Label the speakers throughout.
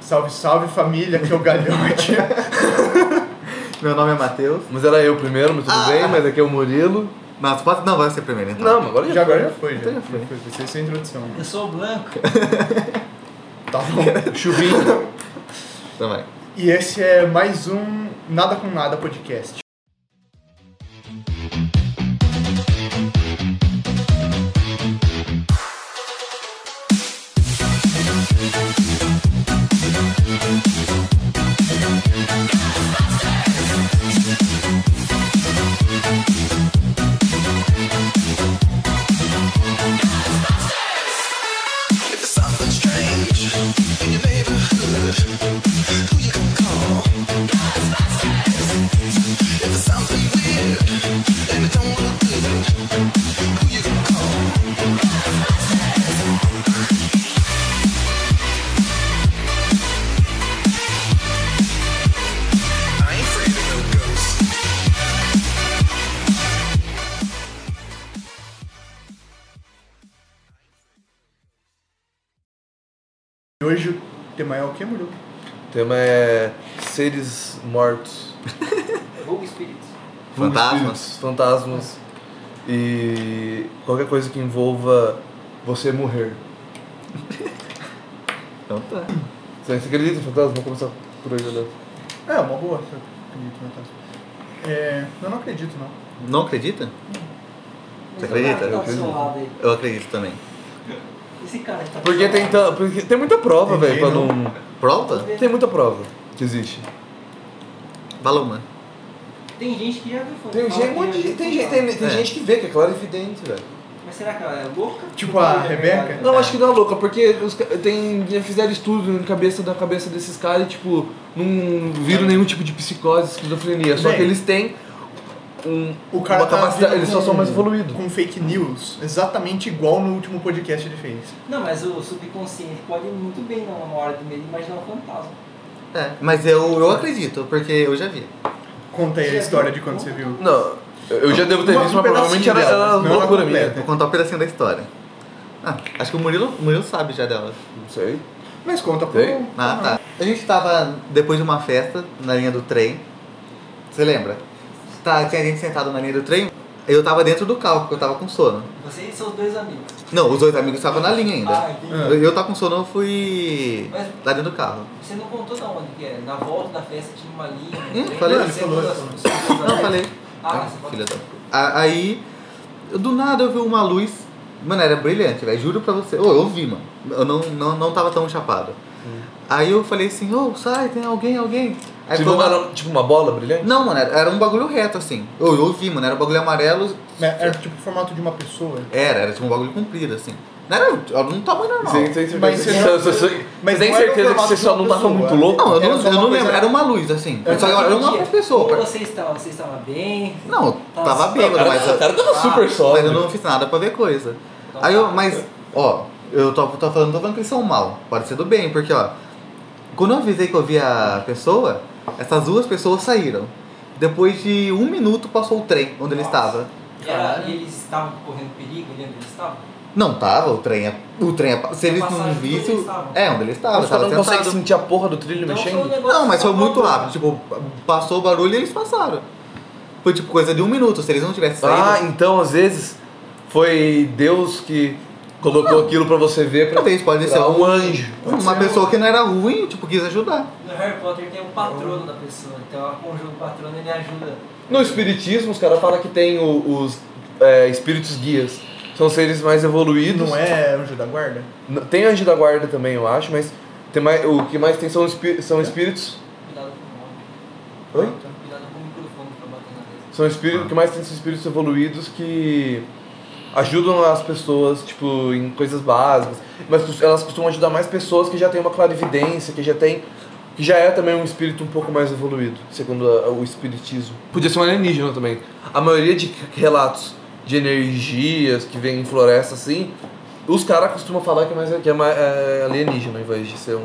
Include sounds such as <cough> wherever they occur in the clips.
Speaker 1: Salve, salve família, que é o
Speaker 2: <laughs>
Speaker 1: Galhote.
Speaker 3: Meu nome é Matheus. Ah.
Speaker 2: Mas era eu primeiro, mas tudo bem, mas aqui é o Murilo.
Speaker 3: Mas pode. Não, vai ser primeiro então.
Speaker 2: Não, mas agora
Speaker 1: já agora já foi, já,
Speaker 2: Então
Speaker 1: já
Speaker 2: já
Speaker 1: foi.
Speaker 2: foi.
Speaker 1: Vai ser sem introdução.
Speaker 4: Eu sou o Blanco.
Speaker 1: Tá bom.
Speaker 2: <laughs> Chuvinho.
Speaker 3: Então vai.
Speaker 1: E esse é mais um Nada com Nada podcast.
Speaker 5: If it's something strange in your neighborhood, who you gonna call? If it's something weird and it don't look good, who you gonna call? I ain't afraid of no ghosts.
Speaker 1: E hoje o tema é o que, Murilo?
Speaker 2: O tema é seres mortos.
Speaker 4: Vulgo Espíritos.
Speaker 3: <laughs> Fantasmas.
Speaker 2: Espíritos, Fantasmas. E qualquer coisa que envolva você morrer.
Speaker 3: <laughs> Então tá.
Speaker 2: Você você acredita em fantasma? Vamos começar por aí, né?
Speaker 1: É, uma boa, se eu acredito, né, tá? É, eu não acredito, não.
Speaker 3: Não acredita? Você acredita?
Speaker 4: Tá
Speaker 3: Eu
Speaker 4: do seu lado aí.
Speaker 3: Eu acredito também.
Speaker 4: Esse cara que tá do
Speaker 2: Porque
Speaker 4: seu
Speaker 2: tem,
Speaker 4: lado.
Speaker 2: tan- porque tem muita prova,
Speaker 1: Ninguém
Speaker 2: velho, pra
Speaker 1: não-
Speaker 2: não...
Speaker 3: Pronta?
Speaker 2: Tem muita prova que existe.
Speaker 3: Fala uma.
Speaker 4: Tem gente que já viu foi.
Speaker 2: Tem gente,
Speaker 4: fala que já viu falar.
Speaker 3: tem gente
Speaker 2: que vê que é claro evidente, velho.
Speaker 4: Mas será que ela é louca?
Speaker 1: Tipo a
Speaker 4: Ou é
Speaker 1: Rebeca?
Speaker 4: verdade?
Speaker 2: Não, acho que não é louca, porque os, ca- tem, já fizeram estudo na cabeça, na cabeça desses caras e, tipo, não viram nenhum tipo de psicose, esquizofrenia. Só
Speaker 1: Bem,
Speaker 2: que eles têm um,
Speaker 1: O cara
Speaker 2: uma
Speaker 1: tá
Speaker 2: capacidade,
Speaker 1: vindo
Speaker 2: eles só
Speaker 1: com-
Speaker 2: são mais evoluídos.
Speaker 1: Com fake news, exatamente igual no último podcast ele fez.
Speaker 4: Não, mas o subconsciente pode muito bem, na hora de medo, imaginar um fantasma.
Speaker 3: É, mas eu, eu acredito, porque eu já vi.
Speaker 1: Conta aí a
Speaker 2: é
Speaker 1: história de quando você viu.
Speaker 2: Não, eu já devo ter
Speaker 1: Uma-
Speaker 2: visto,
Speaker 1: um
Speaker 2: mas provavelmente
Speaker 1: pedacinho
Speaker 2: era,
Speaker 1: dela,
Speaker 2: era
Speaker 1: não era
Speaker 2: loucura
Speaker 1: completo.
Speaker 2: minha.
Speaker 3: ah, Vou contar um pedacinho da história. Ah, acho que o Murilo, o Murilo sabe já dela.
Speaker 2: Não sei.
Speaker 1: Mas conta pro...
Speaker 2: Tem?
Speaker 3: Ah, tá. A gente tava depois de uma festa na linha do trem. Você lembra? Tá, tinha gente sentado na linha do trem. Eu tava dentro do carro, porque eu tava com sono.
Speaker 4: Você e seus dois amigos.
Speaker 3: Não, os dois amigos estavam na linha ainda.
Speaker 4: Ah, entendi.
Speaker 1: Ah.
Speaker 3: Eu, eu tava com sono, eu fui
Speaker 4: Mas-
Speaker 3: lá dentro do carro.
Speaker 4: Você não contou da onde que era? Na volta da festa tinha uma linha.
Speaker 3: Hum,
Speaker 4: né?
Speaker 3: falei,
Speaker 4: Você
Speaker 1: falou,
Speaker 4: contou
Speaker 1: falou.
Speaker 4: as- os seus
Speaker 3: Não, eu
Speaker 4: amigos.
Speaker 3: falei.
Speaker 4: Ah,
Speaker 3: Ah,
Speaker 4: você pode-
Speaker 3: filha da puta. A- Aí, eu- do nada eu vi uma luz. Mano, era brilhante, velho. Juro pra você. Ô, eu vi, mano. Eu não, não, não tava tão chapado. Aí eu falei assim, ô, sai, tem alguém, alguém. Aí
Speaker 2: Tipo,
Speaker 3: foi uma-
Speaker 2: era, tipo uma bola brilhante?
Speaker 3: Não, mano, era, era um bagulho reto, assim. Eu, eu vi, mano, era um bagulho amarelo.
Speaker 1: Né, Era tipo o formato de uma pessoa.
Speaker 3: Era, era tipo um bagulho comprido, assim. Não era, era um tamanho normal.
Speaker 2: Você tem certeza,
Speaker 1: Mas
Speaker 2: você-
Speaker 1: era-
Speaker 2: você- você-
Speaker 1: mas
Speaker 2: você tem
Speaker 1: não era o
Speaker 2: certeza que
Speaker 1: formato
Speaker 2: você só
Speaker 1: de
Speaker 2: não
Speaker 1: uma
Speaker 2: tava
Speaker 1: pessoa.
Speaker 2: muito louco?
Speaker 3: Não, eu
Speaker 1: Era
Speaker 3: não,
Speaker 1: só
Speaker 3: eu
Speaker 1: uma
Speaker 3: não
Speaker 1: coisa-
Speaker 3: lembro, era uma luz, assim.
Speaker 1: Era
Speaker 3: Só que
Speaker 4: Mas
Speaker 3: era
Speaker 4: que
Speaker 3: uma
Speaker 4: dia?
Speaker 3: pessoa.
Speaker 4: Ou Você estava, você estava bem?
Speaker 3: Não,
Speaker 4: Tá
Speaker 3: tava
Speaker 4: certo.
Speaker 3: bêbado, mas.
Speaker 2: O cara tava super
Speaker 3: Mas eu
Speaker 2: sóbrio.
Speaker 3: não fiz nada pra ver coisa.
Speaker 4: Então
Speaker 3: Aí eu,
Speaker 4: tá.
Speaker 3: mas, ó, eu tô, tô falando, tô falando que eles são mal. Pode ser do bem, porque, ó, quando eu avisei que eu vi a pessoa, essas duas pessoas saíram. Depois de um minuto passou o trem onde ele
Speaker 4: Nossa.
Speaker 3: estava.
Speaker 4: Era, e eles estavam correndo perigo, lembra? Eles estavam?
Speaker 3: Não tava, o trem é. O trem é. Se eles não
Speaker 4: Passagem onde
Speaker 3: vissem.
Speaker 4: eles estavam.
Speaker 3: É, onde ele estava,
Speaker 2: Você
Speaker 3: estava
Speaker 2: não consegue
Speaker 3: sentado.
Speaker 2: sentir a porra do trilho
Speaker 4: Então foi um
Speaker 2: mexendo?
Speaker 4: negócio
Speaker 3: Não, mas foi
Speaker 4: só
Speaker 3: muito
Speaker 4: uma-
Speaker 3: rápido. Tipo, passou o barulho e eles passaram. Foi tipo coisa de um minuto. Se eles não tivessem saído.
Speaker 2: Ah, então às vezes foi Deus que colocou aquilo pra você ver pra
Speaker 3: Talvez, pode ser
Speaker 2: pra
Speaker 3: um-
Speaker 2: um anjo.
Speaker 3: uma pessoa que não era ruim, tipo, quis ajudar.
Speaker 4: No Harry Potter tem um patrono da pessoa, então
Speaker 6: é um
Speaker 4: ela conjuga o patrono ele ajuda.
Speaker 2: No espiritismo, os caras falam que tem o- os é, espíritos guias. São seres mais evoluídos.
Speaker 1: Não é anjo da guarda?
Speaker 2: N- Tem anjo da guarda também, eu acho, mas tem mais, o que mais tem são, espí- são espíritos.
Speaker 4: Cuidado com o nome,
Speaker 2: Oi?
Speaker 4: cuidado com o microfone pra bater na mesa.
Speaker 2: São espíritos, o que mais tem são espíritos evoluídos que ajudam as pessoas, tipo, em coisas básicas. Mas cos- elas costumam ajudar mais pessoas que já têm uma clarividência, que já tem. que já é também um espírito um pouco mais evoluído, segundo a- o espiritismo. Podia ser um alienígena também. A maioria de c- relatos de energias que vem em floresta assim, os caras costumam falar que é mais que é mais, é, alienígena, ao invés de ser um.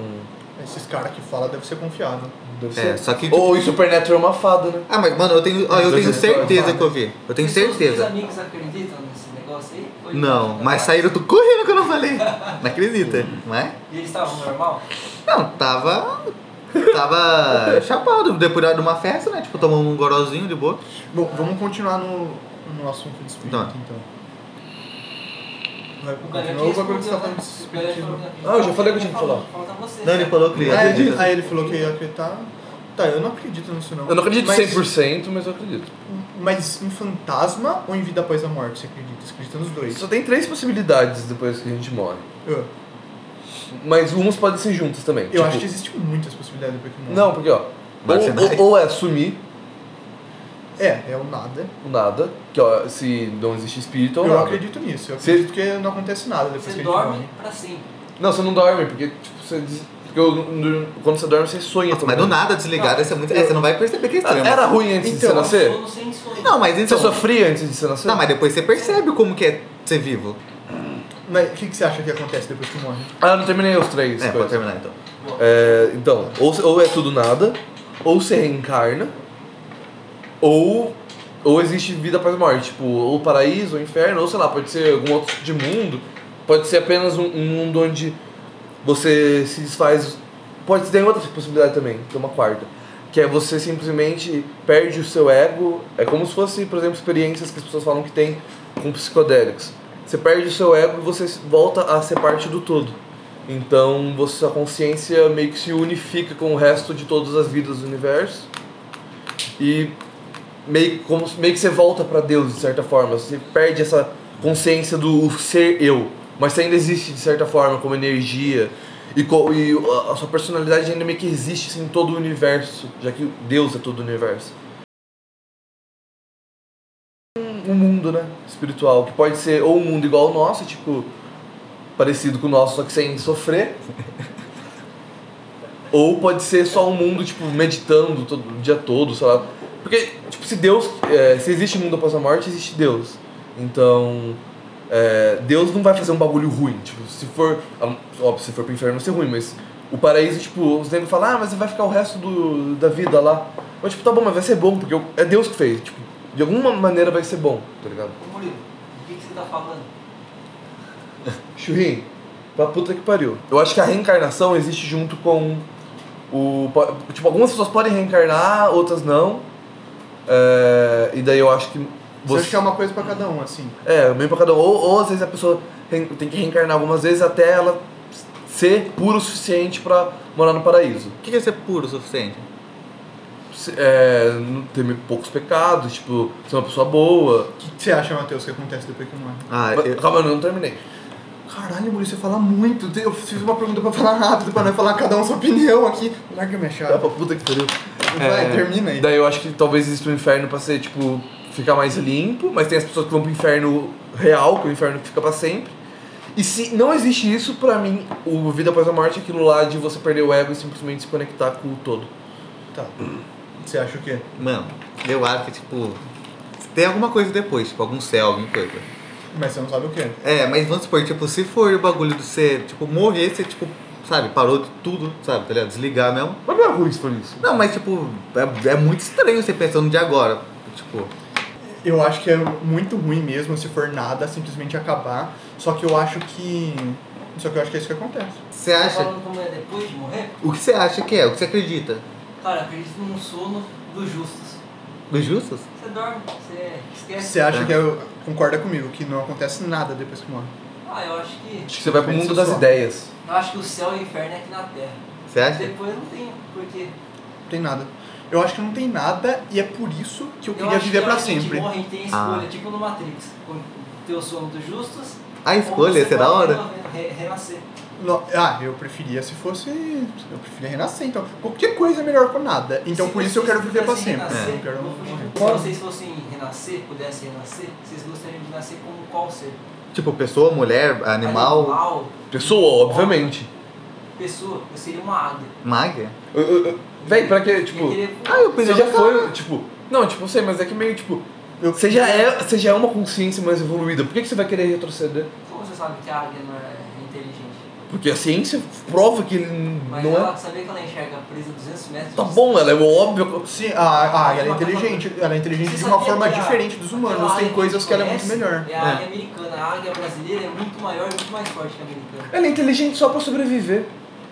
Speaker 1: Esses caras que falam devem ser confiável.
Speaker 2: Deve
Speaker 3: É,
Speaker 2: ser.
Speaker 3: só que.
Speaker 2: Ou em Supernatural é uma fada, né?
Speaker 3: Ah, mas mano, eu tenho, ó, eu
Speaker 2: Dois
Speaker 3: tenho
Speaker 2: episódios,
Speaker 3: certeza
Speaker 2: mano.
Speaker 3: que eu vi. Eu tenho
Speaker 4: E seus dois
Speaker 3: certeza.
Speaker 4: amigos acreditam nesse negócio aí? Ou eles
Speaker 3: Não,
Speaker 4: acreditam?
Speaker 3: mas saíram tu correndo que eu não falei. Não acredita, não é?
Speaker 4: E eles estavam normal?
Speaker 3: Não, tava. Tava chapado, depois de uma festa, né? Tipo, tomou um gorozinho de boa.
Speaker 1: Bom, vamos continuar no, no assunto de espírito,
Speaker 3: Tá.
Speaker 1: então. Vai
Speaker 6: O cara
Speaker 1: continuar
Speaker 6: que
Speaker 1: ou vai começar
Speaker 2: tá
Speaker 6: respondeu,
Speaker 1: falando de
Speaker 6: né? O cara que
Speaker 1: espiritismo?
Speaker 6: falou-
Speaker 2: Ah, eu já falei que eu tinha que falar.
Speaker 6: Falta você. né?
Speaker 3: Não, ele falou
Speaker 1: Ah,
Speaker 3: que ia
Speaker 1: ele,
Speaker 3: acreditar.
Speaker 1: aí ele falou que ia acreditar. Tá, eu não acredito nisso não.
Speaker 2: Eu não acredito
Speaker 1: mas,
Speaker 2: 100%, mas eu acredito.
Speaker 1: Mas em fantasma ou em vida após a morte, você acredita? Você acredita nos dois?
Speaker 2: Só tem três possibilidades depois que a gente morre.
Speaker 1: Eu,
Speaker 2: Mas uns podem ser juntos também.
Speaker 1: eu
Speaker 2: tipo,
Speaker 1: acho que existem muitas possibilidades do Pokémon.
Speaker 2: Não, porque ó. Ou,
Speaker 3: Mas você vai.
Speaker 2: ou- ou é sumir
Speaker 1: É, é o nada.
Speaker 2: o nada, que ó, se não existe espírito ou
Speaker 1: eu
Speaker 2: Então nada.
Speaker 1: não acredito nisso. Eu
Speaker 2: Você-
Speaker 1: acredito que não acontece nada depois que
Speaker 6: Você
Speaker 1: a gente
Speaker 6: dorme
Speaker 1: morre.
Speaker 6: pra sempre.
Speaker 2: Não, você não dorme, porque tipo, você. des- Porque eu- no- quando você dorme, você sonha.
Speaker 3: Mas do
Speaker 2: também.
Speaker 3: nada desligar, essa é muito. É, você não vai perceber que é
Speaker 2: Ah,
Speaker 3: estranho.
Speaker 2: Era ruim antes de
Speaker 1: Então,
Speaker 2: você nascer?
Speaker 6: Sono sem sonho.
Speaker 3: Não, mas
Speaker 2: Você
Speaker 3: então.
Speaker 2: sofria antes de você nascer?
Speaker 3: Não, mas depois você percebe como que é ser vivo.
Speaker 1: Mas o que, que você acha que acontece depois que morre?
Speaker 2: Ah, eu não terminei os três.
Speaker 3: É,
Speaker 2: coisas.
Speaker 3: pode terminar então.
Speaker 2: É, então, ou, se- ou é tudo nada, ou se reencarna, ou, ou existe vida após a morte, tipo, ou paraíso, ou inferno, ou sei lá, pode ser algum outro tipo de mundo, pode ser apenas um, um mundo onde você se desfaz. Pode ter outra possibilidade também, tem uma quarta. Que é você simplesmente perde o seu ego. É como se fosse, por exemplo, experiências que as pessoas falam que tem com psicodélicos. Você perde o seu ego e você volta a ser parte do todo. Então, você, sua consciência meio que se unifica com o resto de todas as vidas do universo. E meio, que- como, meio que você volta pra Deus, de certa forma. Você perde essa consciência do ser eu. Mas você ainda existe, de certa forma, como energia. E, co- e a- a sua personalidade ainda meio que existe assim, em todo o universo, já que Deus é todo o universo. Um um mundo, né? Espiritual, que pode ser ou um mundo igual ao nosso, tipo, parecido com o nosso, só que sem sofrer. Ou pode ser só um mundo, tipo, meditando todo, o dia todo, sei lá. Porque, tipo, se Deus. é, se existe mundo após a morte, existe Deus. Então. é, Deus não vai fazer um bagulho ruim. Tipo, se for. Óbvio, se for pro inferno vai ser ruim, mas. O paraíso, tipo, os negros falam, ah, mas vai ficar o resto do, da vida lá. Mas, tipo, tá bom, mas vai ser bom, porque eu- é Deus que fez. Tipo, de alguma maneira vai ser bom, tá ligado?
Speaker 6: Ô, Murilo, o que, que você tá falando?
Speaker 2: Churrinho, pra puta que pariu. Eu acho que a reencarnação existe junto com o. po- Tipo, algumas pessoas podem reencarnar, outras não. É, e daí eu acho que.
Speaker 1: Você acha que é uma coisa pra cada um, assim?
Speaker 2: É, meio pra cada um. Ou, ou às vezes a pessoa re- tem que reencarnar algumas vezes até ela ser puro o suficiente pra morar no paraíso.
Speaker 3: O que que é ser puro o suficiente?
Speaker 2: Se- É, não ter poucos pecados, tipo, ser uma pessoa boa.
Speaker 1: O que que você acha, Matheus, que acontece depois que morre?
Speaker 3: Ah,
Speaker 2: Mas-
Speaker 3: eu,
Speaker 2: Calma, eu não terminei.
Speaker 1: Caralho, Murilo, você fala muito. Eu fiz uma pergunta pra falar rápido, pra não falar cada um sua opinião aqui. Larga minha
Speaker 2: Tá
Speaker 1: chave.
Speaker 2: pra puta que pariu.
Speaker 1: Vai,
Speaker 2: É,
Speaker 1: termina aí.
Speaker 2: Daí eu acho que talvez exista um inferno pra ser, tipo, ficar mais limpo, mas tem as pessoas que vão pro inferno real, que é o inferno que fica pra sempre. E se não existe isso, pra mim, o Vida Após a Morte é aquilo lá de você perder o ego e simplesmente se conectar com o todo.
Speaker 1: Tá. Você acha o quê?
Speaker 3: mano, eu acho que tipo. Tem alguma coisa depois, tipo, algum céu, alguma coisa.
Speaker 1: Mas você não sabe o quê?
Speaker 3: É, mas vamos supor, tipo, se for o bagulho de você, tipo, morrer, você, tipo, sabe, parou de tudo, sabe, tá ligado? Desligar mesmo.
Speaker 2: Mas não é ruim se for isso.
Speaker 3: Não, mas, tipo, é, é muito estranho você pensando de agora. Tipo,
Speaker 1: Eu acho que é muito ruim mesmo se for nada, simplesmente acabar. Só que eu acho que. Só que eu acho que é isso que acontece.
Speaker 3: você
Speaker 6: Tá
Speaker 3: acha.
Speaker 6: falando como é depois de morrer?
Speaker 3: O que você acha que é? O que você acredita?
Speaker 6: Cara, acredito num sono dos justos.
Speaker 3: Dos justos?
Speaker 6: Você dorme, você esquece.
Speaker 1: Você acha
Speaker 3: É.
Speaker 1: que eu, concorda comigo que não acontece nada depois que morre?
Speaker 6: Ah, eu acho que.
Speaker 2: Acho que você vai pro mundo das
Speaker 1: Só.
Speaker 2: ideias.
Speaker 6: Eu acho que o céu e o inferno é aqui na Terra.
Speaker 3: Você
Speaker 1: É.
Speaker 3: acha?
Speaker 6: Depois não tem porquê.
Speaker 1: Não tem nada. Eu acho que não tem nada e é por isso que eu
Speaker 6: Eu
Speaker 1: queria
Speaker 6: acho
Speaker 1: viver
Speaker 6: que
Speaker 1: pra
Speaker 6: a gente
Speaker 1: sempre.
Speaker 6: Morre, a gente tem escolha, tipo no Matrix. com- Ter o sono dos justos.
Speaker 3: A escolha ia ser da hora?
Speaker 6: Re renascer.
Speaker 1: No- ah, eu preferia se fosse. Eu preferia renascer, então. Qualquer coisa é melhor que nada. Então
Speaker 6: Se
Speaker 1: por isso eu quero
Speaker 6: vocês
Speaker 1: viver pra
Speaker 6: pudessem
Speaker 1: sempre. É,
Speaker 6: renascer,
Speaker 1: Eu quero
Speaker 6: vou fugir.
Speaker 1: morrer.
Speaker 6: Se vocês fossem renascer, pudessem renascer, vocês gostariam de nascer como qual ser?
Speaker 3: Tipo, pessoa, mulher, animal,
Speaker 6: Animal,
Speaker 2: Pessoa, obviamente.
Speaker 6: pessoa, eu seria uma águia.
Speaker 3: magia?
Speaker 2: Eu- eu- eu- Véi, pra que,
Speaker 6: Eu
Speaker 2: tipo.
Speaker 6: queria voar.
Speaker 3: Ah, eu
Speaker 2: Você
Speaker 3: pensei
Speaker 2: já foi, tipo. Não, tipo, eu sei, mas é que meio, tipo.
Speaker 1: Eu-
Speaker 2: Você já é, você já é uma consciência mais evoluída. Por que, que você vai querer retroceder?
Speaker 6: Como você sabe que a águia não é inteligente?
Speaker 2: Porque a ciência prova que ele
Speaker 6: Mas
Speaker 2: não
Speaker 6: ela
Speaker 2: é.
Speaker 6: sabia que ela enxerga a presa a 200 metros.
Speaker 2: Tá bom, ela é óbvio.
Speaker 1: Sim, ah, ah, ela é inteligente. Ela é inteligente
Speaker 6: Você
Speaker 1: de uma
Speaker 6: sabia
Speaker 1: forma
Speaker 6: que a-
Speaker 1: diferente dos
Speaker 6: aquela
Speaker 1: humanos.
Speaker 6: águia
Speaker 1: Tem
Speaker 6: que
Speaker 1: coisas que ela é muito
Speaker 6: conhece
Speaker 1: melhor.
Speaker 6: É a águia americana, a águia brasileira é muito maior e muito mais forte que a americana.
Speaker 2: Ela é inteligente só pra sobreviver.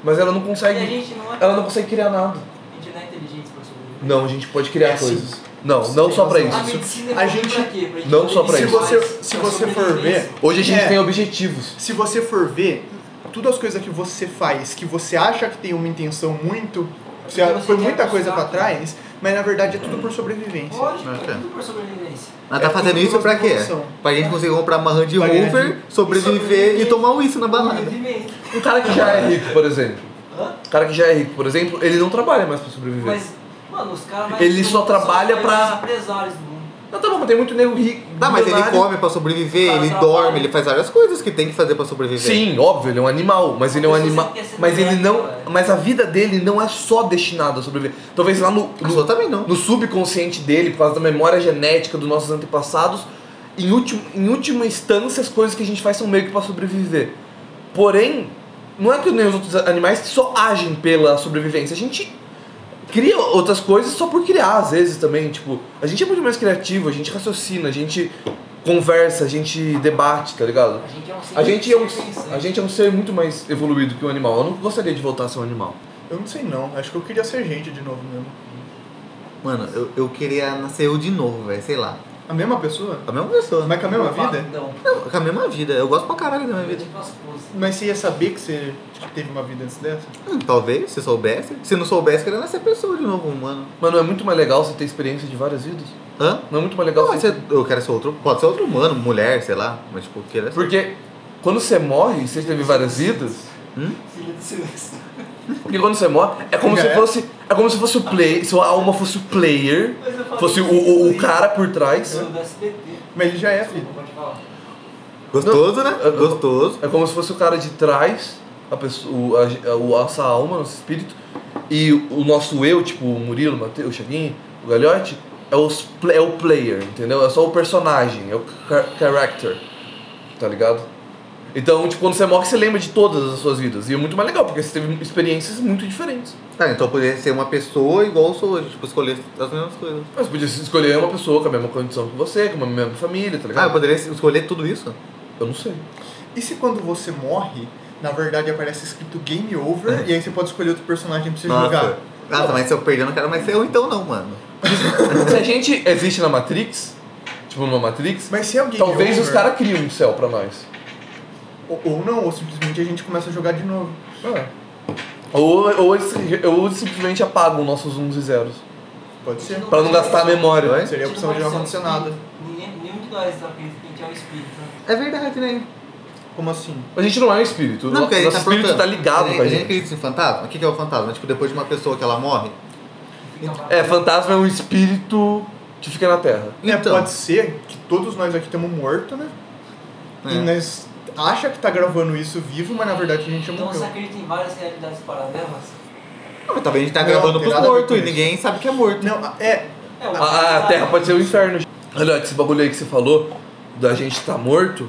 Speaker 2: Mas ela não
Speaker 6: E a
Speaker 2: consegue.
Speaker 6: gente não é,
Speaker 2: Ela não consegue criar nada.
Speaker 6: a gente não é inteligente pra sobreviver.
Speaker 2: Não, a gente pode criar
Speaker 1: É,
Speaker 6: assim.
Speaker 1: sim.
Speaker 2: coisas. Não, não só pra
Speaker 6: A
Speaker 2: isso.
Speaker 6: medicina é
Speaker 1: A
Speaker 6: boa
Speaker 1: gente-
Speaker 6: pra quê? Pra gente
Speaker 2: não só
Speaker 6: poder
Speaker 2: pra
Speaker 1: se
Speaker 6: viver
Speaker 2: isso.
Speaker 1: você,
Speaker 6: mais,
Speaker 1: se
Speaker 6: pra
Speaker 1: você for ver,
Speaker 6: sobrevivência.
Speaker 2: Hoje a gente
Speaker 1: É.
Speaker 2: tem objetivos.
Speaker 1: se você for ver, todas as coisas que você faz, que você acha que tem uma intenção muito, você
Speaker 6: Você
Speaker 1: foi
Speaker 6: quer
Speaker 1: muita coisa pra
Speaker 6: buscar.
Speaker 1: trás, mas na verdade é tudo por sobrevivência.
Speaker 6: Lógico,
Speaker 3: Ok.
Speaker 6: é tudo por sobrevivência.
Speaker 3: Ela tá
Speaker 1: É
Speaker 3: fazendo
Speaker 1: tudo
Speaker 3: isso pra quê?
Speaker 1: produção.
Speaker 3: Pra gente conseguir comprar uma Range
Speaker 1: Pra ganhar
Speaker 3: Rover,
Speaker 1: dinheiro.
Speaker 3: sobreviver
Speaker 6: sobreviver.
Speaker 3: e tomar um isso na balada.
Speaker 6: Sobrevivência.
Speaker 2: Um cara que já é rico, por exemplo.
Speaker 6: Hã?
Speaker 2: O cara que já é rico, por exemplo, ele não trabalha mais pra sobreviver.
Speaker 6: Mas, mano, os caras mais
Speaker 2: Ele só
Speaker 6: são
Speaker 2: trabalha
Speaker 6: os
Speaker 2: pra-
Speaker 6: empresários do mundo.
Speaker 2: Não, tá bom, mas tem muito nego rico.
Speaker 3: Tá, mas ele
Speaker 2: milionário.
Speaker 3: come pra sobreviver,
Speaker 6: Tá,
Speaker 3: ele
Speaker 6: tá, tá.
Speaker 3: dorme, ele faz várias coisas que tem que fazer pra sobreviver.
Speaker 2: Sim, óbvio, ele é um animal, mas ele é um
Speaker 6: Mas você
Speaker 2: animal.
Speaker 6: quer ser
Speaker 2: Mas ele
Speaker 6: merda,
Speaker 2: não.
Speaker 6: velho.
Speaker 2: Mas a vida dele não é só destinada a sobreviver. Talvez lá no,
Speaker 3: A
Speaker 2: no-
Speaker 3: sua também não.
Speaker 2: no subconsciente dele, por causa da memória genética dos nossos antepassados, em, último, em última instância, as coisas que a gente faz são meio que pra sobreviver. Porém, não é que nem os outros animais que só agem pela sobrevivência. A gente cria outras coisas só por criar, às vezes também. Tipo, a gente é muito mais criativo, a gente raciocina, a gente conversa, a gente debate, tá ligado?
Speaker 6: A gente é um
Speaker 2: A gente, é um,
Speaker 6: pensante.
Speaker 2: a gente é um ser muito mais evoluído que um animal. Eu não gostaria de voltar a ser um animal.
Speaker 1: Eu não sei não, acho que eu queria ser gente de novo mesmo.
Speaker 3: Mano, eu, eu queria nascer eu de novo, velho, sei lá.
Speaker 1: A mesma pessoa?
Speaker 3: Com a mesma pessoa.
Speaker 1: Mas com a mesma vida?
Speaker 6: Não,
Speaker 3: Com a mesma vida. Eu gosto pra caralho da minha
Speaker 6: é
Speaker 3: vida.
Speaker 6: tipo as poses.
Speaker 1: Mas você ia saber que você tipo, teve uma vida antes dessa?
Speaker 3: Hum, talvez, se soubesse. Se não soubesse, queria nascer pessoa de novo, humano.
Speaker 2: Mano, é muito mais legal você ter experiência de várias vidas.
Speaker 3: Hã?
Speaker 2: Não é muito mais legal
Speaker 3: Não, mas
Speaker 2: você...
Speaker 3: você- eu quero ser outro. Pode ser outro humano, mulher, sei lá. Mas tipo, queira ser.
Speaker 2: Porque quando você morre, você teve várias vidas.
Speaker 6: Filho do silêncio.
Speaker 2: Porque quando você morre, é como
Speaker 1: Já
Speaker 2: se
Speaker 1: é?
Speaker 2: fosse. É como se fosse o play. Sua alma fosse o player.
Speaker 6: Mas eu falo
Speaker 2: Fosse o,
Speaker 6: isso,
Speaker 2: o, o
Speaker 6: isso.
Speaker 2: cara por trás.
Speaker 6: Eu sou do SBT.
Speaker 1: Mas ele já é, filho.
Speaker 6: Desculpa, pode falar.
Speaker 3: Gostoso, né?
Speaker 2: Não.
Speaker 3: Gostoso.
Speaker 2: É como se fosse o cara de trás, a pessoa, a, a, essa alma, nosso espírito, e o nosso eu, tipo o Murilo, o Matheus, o Chaguinho, o Galhote, é, os, pla- é o player, entendeu? É só o personagem, é o char- character, tá ligado? Então, tipo, quando você morre, você lembra de todas as suas vidas. E é muito mais legal, porque você teve experiências muito diferentes.
Speaker 3: Tá, então eu poderia ser uma pessoa igual eu sou hoje. Tipo, escolher as mesmas coisas.
Speaker 2: Mas você podia escolher uma pessoa com a mesma condição que você, com a mesma família, tá
Speaker 3: Ah, eu
Speaker 2: ligado?
Speaker 3: poderia escolher tudo isso?
Speaker 2: eu não sei.
Speaker 1: E se quando você morre, na verdade aparece escrito game over
Speaker 3: <laughs>
Speaker 1: e aí você pode escolher outro personagem pra você jogar?
Speaker 3: Nossa. Nossa, mas se eu perder, eu não quero mais ser eu então não, mano.
Speaker 2: Se a gente existe na Matrix, tipo numa Matrix,
Speaker 1: Mas se é o game
Speaker 2: Talvez
Speaker 1: over,
Speaker 2: os caras criem um céu pra nós.
Speaker 1: Ou, ou não, ou simplesmente a gente começa a jogar de novo.
Speaker 3: Ah.
Speaker 2: Ou, ou, eles, ou eles simplesmente apagam nossos uns e zeros.
Speaker 1: Pode ser.
Speaker 2: Pra não gastar a memória.
Speaker 3: Vai?
Speaker 1: Seria é a
Speaker 6: gente
Speaker 1: opção
Speaker 6: não
Speaker 1: de
Speaker 6: pode
Speaker 1: não
Speaker 6: ser um
Speaker 1: acontecer nada.
Speaker 6: espírito. Ninguém- Nenhum de nós acredita que a gente é um espírito. né?
Speaker 3: É verdade, né?
Speaker 1: Como assim?
Speaker 2: A gente não é um espírito. o
Speaker 3: Não, porque a gente
Speaker 2: nosso
Speaker 3: tá
Speaker 2: espírito tá
Speaker 3: aprontando.
Speaker 2: ligado com
Speaker 3: a
Speaker 2: a
Speaker 3: gente.
Speaker 2: gente.
Speaker 3: acredita em fantasma? O que que é o fantasma? Tipo, depois de uma pessoa que ela morre?
Speaker 6: Fica pra-
Speaker 2: É, fantasma é um espírito que fica na Terra.
Speaker 1: É,
Speaker 3: Então.
Speaker 1: pode ser que todos nós aqui estamos mortos, né?
Speaker 3: É.
Speaker 1: E nós acha que tá gravando isso vivo, mas na verdade a gente já
Speaker 6: Então
Speaker 1: morreu.
Speaker 6: você acredita em várias realidades paralelas?
Speaker 3: Não, mas talvez a gente tá
Speaker 1: Não,
Speaker 3: gravando
Speaker 1: tem
Speaker 3: pros
Speaker 1: nada a ver com
Speaker 3: mortos e
Speaker 1: isso.
Speaker 3: ninguém sabe que é morto.
Speaker 1: Não, a- é.
Speaker 6: É, o-
Speaker 2: A, Ah, a Terra pode ser o inferno. Olha, esse bagulho aí que você falou, da gente tá morto,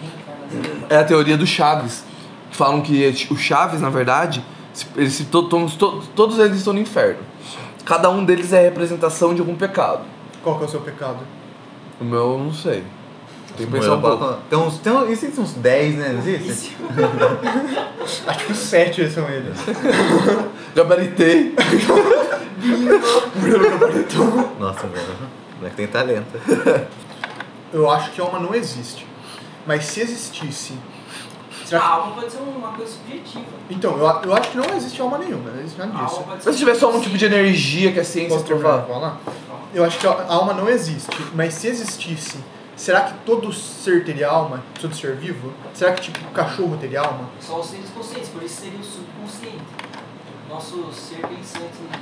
Speaker 6: tá Reencarnação.
Speaker 2: é a teoria do Chaves. Falam que o Chaves, na verdade, se- eles se to- to- to- todos eles estão no inferno. Cada um deles é a representação de algum pecado.
Speaker 1: Qual que é o seu pecado?
Speaker 2: O meu eu não sei. Tem que
Speaker 1: é
Speaker 3: Mas
Speaker 2: pensar um pouco.
Speaker 3: Tem uns, tem uns, existem uns 10, né? Não Existe?
Speaker 6: Isso.
Speaker 1: Acho que é os sete são eles.
Speaker 2: Gabaritei.
Speaker 3: Nossa, mano. O moleque tem talento.
Speaker 1: Eu acho que alma não existe. Mas se existisse.
Speaker 6: A
Speaker 1: Será que...
Speaker 6: alma pode ser uma coisa subjetiva.
Speaker 1: Então, eu, a- eu acho que não existe alma nenhuma, né? não existe
Speaker 6: A
Speaker 1: nada disso.
Speaker 6: alma pode ser
Speaker 2: Mas se tiver só um tipo de energia que a ciência
Speaker 1: é Posso terminar
Speaker 2: provar.
Speaker 1: de falar? Eu acho que a alma não existe, mas se existisse, será que todo ser teria alma? Todo ser vivo? Será que tipo o cachorro teria alma?
Speaker 6: Só os seres conscientes, por isso seria o subconsciente. Nosso ser pensante. né?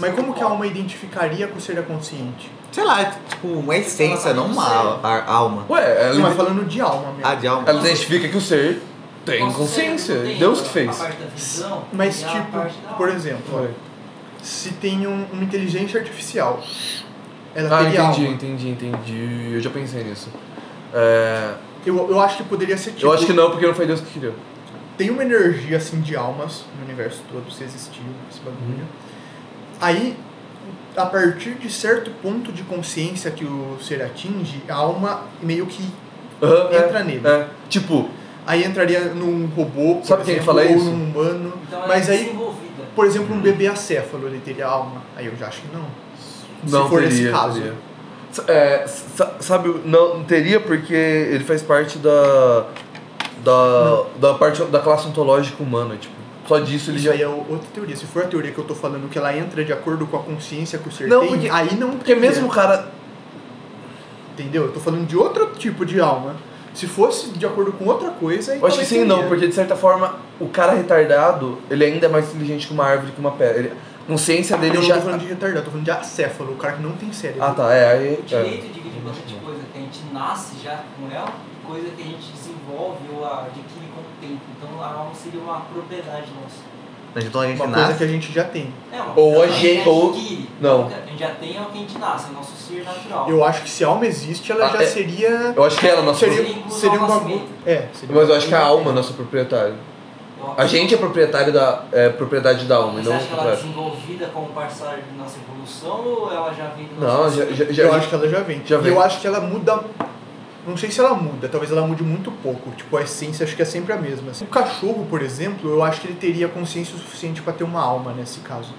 Speaker 1: Mas como que
Speaker 2: é um
Speaker 1: a alma identificaria com o ser consciente?
Speaker 3: Sei lá, é tipo, uma essência, não uma al- a- alma.
Speaker 2: Ué,
Speaker 1: Não, mas
Speaker 2: ela,
Speaker 1: falando de alma mesmo.
Speaker 3: Ah, de alma.
Speaker 2: ela identifica que o ser tem
Speaker 6: Nosso
Speaker 2: consciência.
Speaker 6: cérebro tem
Speaker 2: Deus
Speaker 6: a-
Speaker 2: que fez.
Speaker 6: a parte da visão
Speaker 1: Mas
Speaker 6: e a parte da
Speaker 1: tipo,
Speaker 6: alma.
Speaker 1: por exemplo, olha, se tem um- uma inteligência artificial, ela
Speaker 2: Ah,
Speaker 1: teria
Speaker 2: entendi,
Speaker 1: alma.
Speaker 2: entendi, entendi. Eu já pensei nisso. É,
Speaker 1: Eu, eu acho que poderia ser tipo.
Speaker 2: eu acho que não, porque não foi Deus que criou.
Speaker 1: Tem uma energia assim de almas no universo todo, se existiu esse bagulho. Aí, a partir de certo ponto de consciência que o ser atinge, a alma meio que
Speaker 2: Aham,
Speaker 1: entra nele.
Speaker 2: é, é. Tipo,
Speaker 1: Aí entraria num robô, por
Speaker 2: É. Sabe quem
Speaker 1: exemplo,
Speaker 2: fala
Speaker 1: ou
Speaker 2: isso?
Speaker 1: num humano.
Speaker 6: Então ela
Speaker 1: mas
Speaker 6: é
Speaker 1: aí,
Speaker 6: desenvolvida.
Speaker 1: por exemplo, um bebê acéfalo, ele teria alma. Aí eu já acho que não. Se
Speaker 2: Não
Speaker 1: for
Speaker 2: teria,
Speaker 1: esse caso.
Speaker 2: teria. S- é, sa- sabe, o- não não teria porque ele faz parte da da, da parte da classe ontológica humana, tipo. Só disso ele
Speaker 1: Isso
Speaker 2: já
Speaker 1: aí é o- outra teoria. Se for a teoria que eu tô falando, que ela entra de acordo com a consciência que o ser
Speaker 2: Não,
Speaker 1: tem,
Speaker 2: porque-
Speaker 1: aí não
Speaker 2: Porque mesmo o cara
Speaker 1: Entendeu? Eu tô falando de outro tipo de alma. Se fosse de acordo com outra coisa, aí
Speaker 2: Eu acho que
Speaker 1: talvez
Speaker 2: sim,
Speaker 1: teria.
Speaker 2: não, porque de certa forma o cara retardado, ele ainda é mais inteligente que uma árvore que uma pedra. Ele- a consciência
Speaker 1: Eu
Speaker 2: dele
Speaker 1: não
Speaker 2: já. tá.
Speaker 1: tô falando de retardado, eu tô falando de acéfalo, o cara que não tem cérebro.
Speaker 2: Ah tá, é, aí. É.
Speaker 6: Direito divide bastante coisa que a gente nasce já com ela, coisa que a gente desenvolve ou adquire com o tempo. Então a alma seria uma propriedade nossa.
Speaker 3: Então a gente
Speaker 1: Uma coisa
Speaker 3: nasce.
Speaker 1: que a gente já tem.
Speaker 6: É uma
Speaker 2: Ou
Speaker 6: coisa
Speaker 2: a
Speaker 6: que
Speaker 2: gente- ou-
Speaker 6: adquire.
Speaker 2: não.
Speaker 6: A gente já tem é o que a gente nasce, é o nosso ser natural.
Speaker 1: Eu acho que se a alma existe, ela
Speaker 2: Ah,
Speaker 1: já
Speaker 2: é.
Speaker 1: seria.
Speaker 2: Eu acho que ela é nosso.
Speaker 1: Seria,
Speaker 6: Seria incluso
Speaker 1: seria um
Speaker 6: ao
Speaker 1: bagulho.
Speaker 6: nascimento.
Speaker 1: É, seria um
Speaker 2: Mas eu acho que a
Speaker 1: bagulho.
Speaker 2: alma é nosso proprietário.
Speaker 6: Eu-
Speaker 2: A gente é proprietário da. É propriedade da alma, e
Speaker 6: Mas
Speaker 2: não
Speaker 6: Você
Speaker 2: o
Speaker 6: acha que ela é
Speaker 2: contrário.
Speaker 6: desenvolvida como parcela de nossa evolução ou ela já vem do
Speaker 2: Não,
Speaker 6: nosso
Speaker 2: já,
Speaker 6: ser?
Speaker 2: já, já,
Speaker 1: Eu acho que ela já vem.
Speaker 2: Já
Speaker 1: E
Speaker 2: vem.
Speaker 1: Eu acho que ela muda. Não sei se ela muda, talvez ela mude muito pouco. Tipo, a essência acho que é sempre a mesma. assim. O cachorro, por exemplo, eu acho que ele teria consciência o suficiente pra ter uma alma nesse caso.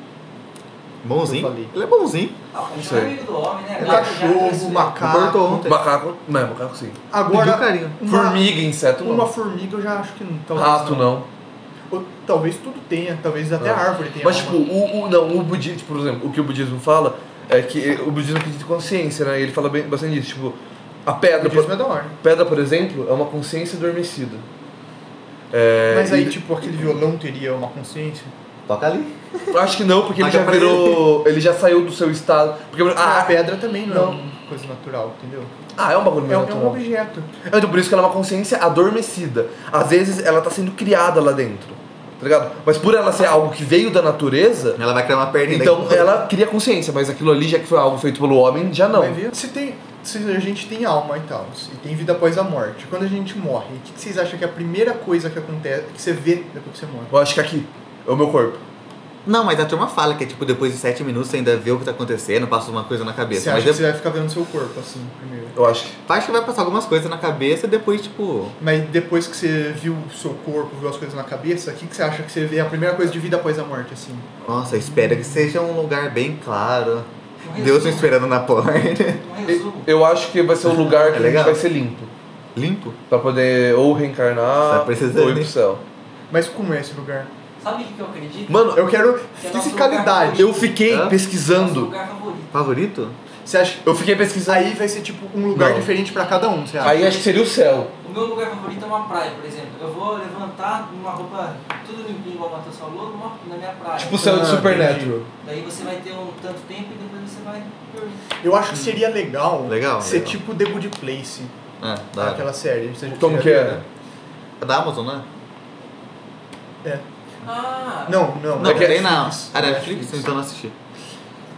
Speaker 3: Bonzinho.
Speaker 1: Eu falei.
Speaker 3: Ele é bonzinho.
Speaker 6: Ah, o cachorro
Speaker 2: sei.
Speaker 6: é amigo do homem, né? cara?
Speaker 1: O
Speaker 6: Já
Speaker 1: cachorro,
Speaker 6: trouxe-
Speaker 1: o
Speaker 3: Cortou
Speaker 1: macaco.
Speaker 3: ontem.
Speaker 2: macaco. Não, é macaco sim.
Speaker 3: Pediu
Speaker 1: Agora,
Speaker 3: carinho.
Speaker 1: uma,
Speaker 2: Formiga, inseto
Speaker 1: uma
Speaker 2: não.
Speaker 1: formiga eu já acho que Então, não. Talvez
Speaker 2: é, né? Rato não.
Speaker 1: Ou talvez tudo tenha, talvez até
Speaker 2: Não.
Speaker 1: a árvore tenha.
Speaker 2: Mas
Speaker 1: alma.
Speaker 2: tipo, o, o, não, o budismo, por exemplo, o que o budismo fala é que o budismo acredita em consciência, né? Ele fala bem, bastante disso. Tipo, a pedra.
Speaker 1: o budismo é da hora.
Speaker 2: Pedra, por exemplo, é uma consciência adormecida. É,
Speaker 1: Mas aí,
Speaker 2: e-
Speaker 1: tipo, aquele violão teria uma consciência.
Speaker 3: Toca ali.
Speaker 2: eu acho que não, porque ele
Speaker 3: Mas
Speaker 2: já
Speaker 3: já pra ele-
Speaker 2: virou. Ele já saiu do seu estado. Porque
Speaker 1: Ah, a
Speaker 2: ah,
Speaker 1: pedra também não,
Speaker 2: não.
Speaker 1: é uma coisa natural, entendeu?
Speaker 2: ah, é um bagulho
Speaker 1: É,
Speaker 2: meio
Speaker 1: um- é um
Speaker 2: natural.
Speaker 1: objeto.
Speaker 2: Então por isso que ela é uma consciência adormecida. Às vezes ela tá sendo criada lá dentro. Tá ligado? Mas por ela ser algo que veio da natureza,
Speaker 3: Ela vai criar uma perna
Speaker 2: então
Speaker 3: daí.
Speaker 2: ela cria consciência, mas aquilo ali, já que foi algo feito pelo homem, já Ah, não.
Speaker 1: Vai ver? Se, tem, se a gente tem alma e tal, e tem vida após a morte, quando a gente morre, o que que vocês acham que é a primeira coisa que acontece, que você vê depois que você morre?
Speaker 2: Eu acho que aqui é o meu corpo.
Speaker 3: Não, mas a turma fala que é tipo, depois de sete minutos você ainda vê o que tá acontecendo, passa uma coisa na
Speaker 1: Você
Speaker 3: cabeça.
Speaker 1: acha
Speaker 2: é-
Speaker 3: Mas
Speaker 1: que
Speaker 3: depois,
Speaker 1: você vai ficar vendo seu corpo, assim, primeiro.
Speaker 2: Eu acho que.
Speaker 3: acho que vai passar algumas coisas na cabeça e depois, tipo.
Speaker 1: Mas depois que você viu o seu corpo, viu as coisas na cabeça, o que que você acha que você vê? É a primeira coisa de vida após a morte, assim.
Speaker 3: Nossa, espero que seja um lugar bem claro.
Speaker 6: Um resumo,
Speaker 3: Deus me esperando na porta.
Speaker 6: Um resumo.
Speaker 2: Eu acho que vai ser o lugar
Speaker 3: É
Speaker 2: que a gente
Speaker 3: legal.
Speaker 2: vai ser limpo.
Speaker 3: <laughs> Limpo?
Speaker 2: Pra poder ou
Speaker 3: Tá
Speaker 2: reencarnar
Speaker 3: precisando,
Speaker 2: ou ir pro
Speaker 3: hein?
Speaker 2: céu.
Speaker 1: Mas como é esse lugar?
Speaker 6: Sabe o que que eu acredito?
Speaker 2: Mano, eu,
Speaker 1: Eu quero
Speaker 6: Que é nosso
Speaker 1: fisicalidade.
Speaker 6: lugar
Speaker 2: eu fiquei
Speaker 1: Ah,
Speaker 3: Hã?
Speaker 6: Nosso
Speaker 2: pesquisando.
Speaker 6: lugar favorito.
Speaker 3: Favorito?
Speaker 1: Você acha
Speaker 2: Eu fiquei
Speaker 1: que
Speaker 2: pesquisando.
Speaker 1: aí vai ser tipo um lugar
Speaker 2: Não.
Speaker 1: diferente pra cada um, você acha?
Speaker 2: Aí é tipo acho que seria o céu.
Speaker 6: O meu lugar favorito é uma praia, por exemplo. Eu vou levantar numa roupa tudo limpinho, igual o Matheus falou, numa, na minha praia.
Speaker 2: Tipo o céu de
Speaker 1: Ah,
Speaker 2: Supernatural.
Speaker 6: Daí você vai ter um tanto tempo e depois você vai dormir.
Speaker 1: Eu acho que seria legal,
Speaker 3: Legal,
Speaker 1: ser
Speaker 3: legal.
Speaker 1: tipo The Good Place,
Speaker 3: Ah, da hora.
Speaker 1: daquela série. Você já-
Speaker 2: Como
Speaker 1: você
Speaker 2: que
Speaker 1: já viu,
Speaker 2: é?
Speaker 1: né?
Speaker 3: É Da Amazon, né?
Speaker 6: Ah!
Speaker 1: É. Não, não.
Speaker 3: Não,
Speaker 1: é
Speaker 3: tem não.
Speaker 1: Netflix.
Speaker 3: Ah, Netflix? Então não assisti.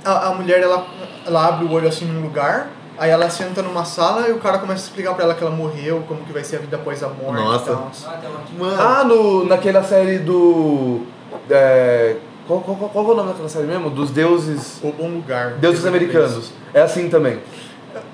Speaker 1: A, a mulher, ela, ela abre o olho assim num lugar, aí ela senta numa sala e o cara começa a explicar pra ela que ela morreu, como que vai ser a vida após a morte
Speaker 3: Nossa.
Speaker 1: e tal. assim.
Speaker 6: Ah, tem uma aqui.
Speaker 3: Mano.
Speaker 2: Ah, no, naquela série do. É, qual, qual, qual, qual é o nome daquela série mesmo? Dos deuses.
Speaker 1: O bom lugar.
Speaker 2: Deuses
Speaker 1: The Good
Speaker 2: americanos. É assim também.
Speaker 1: Place.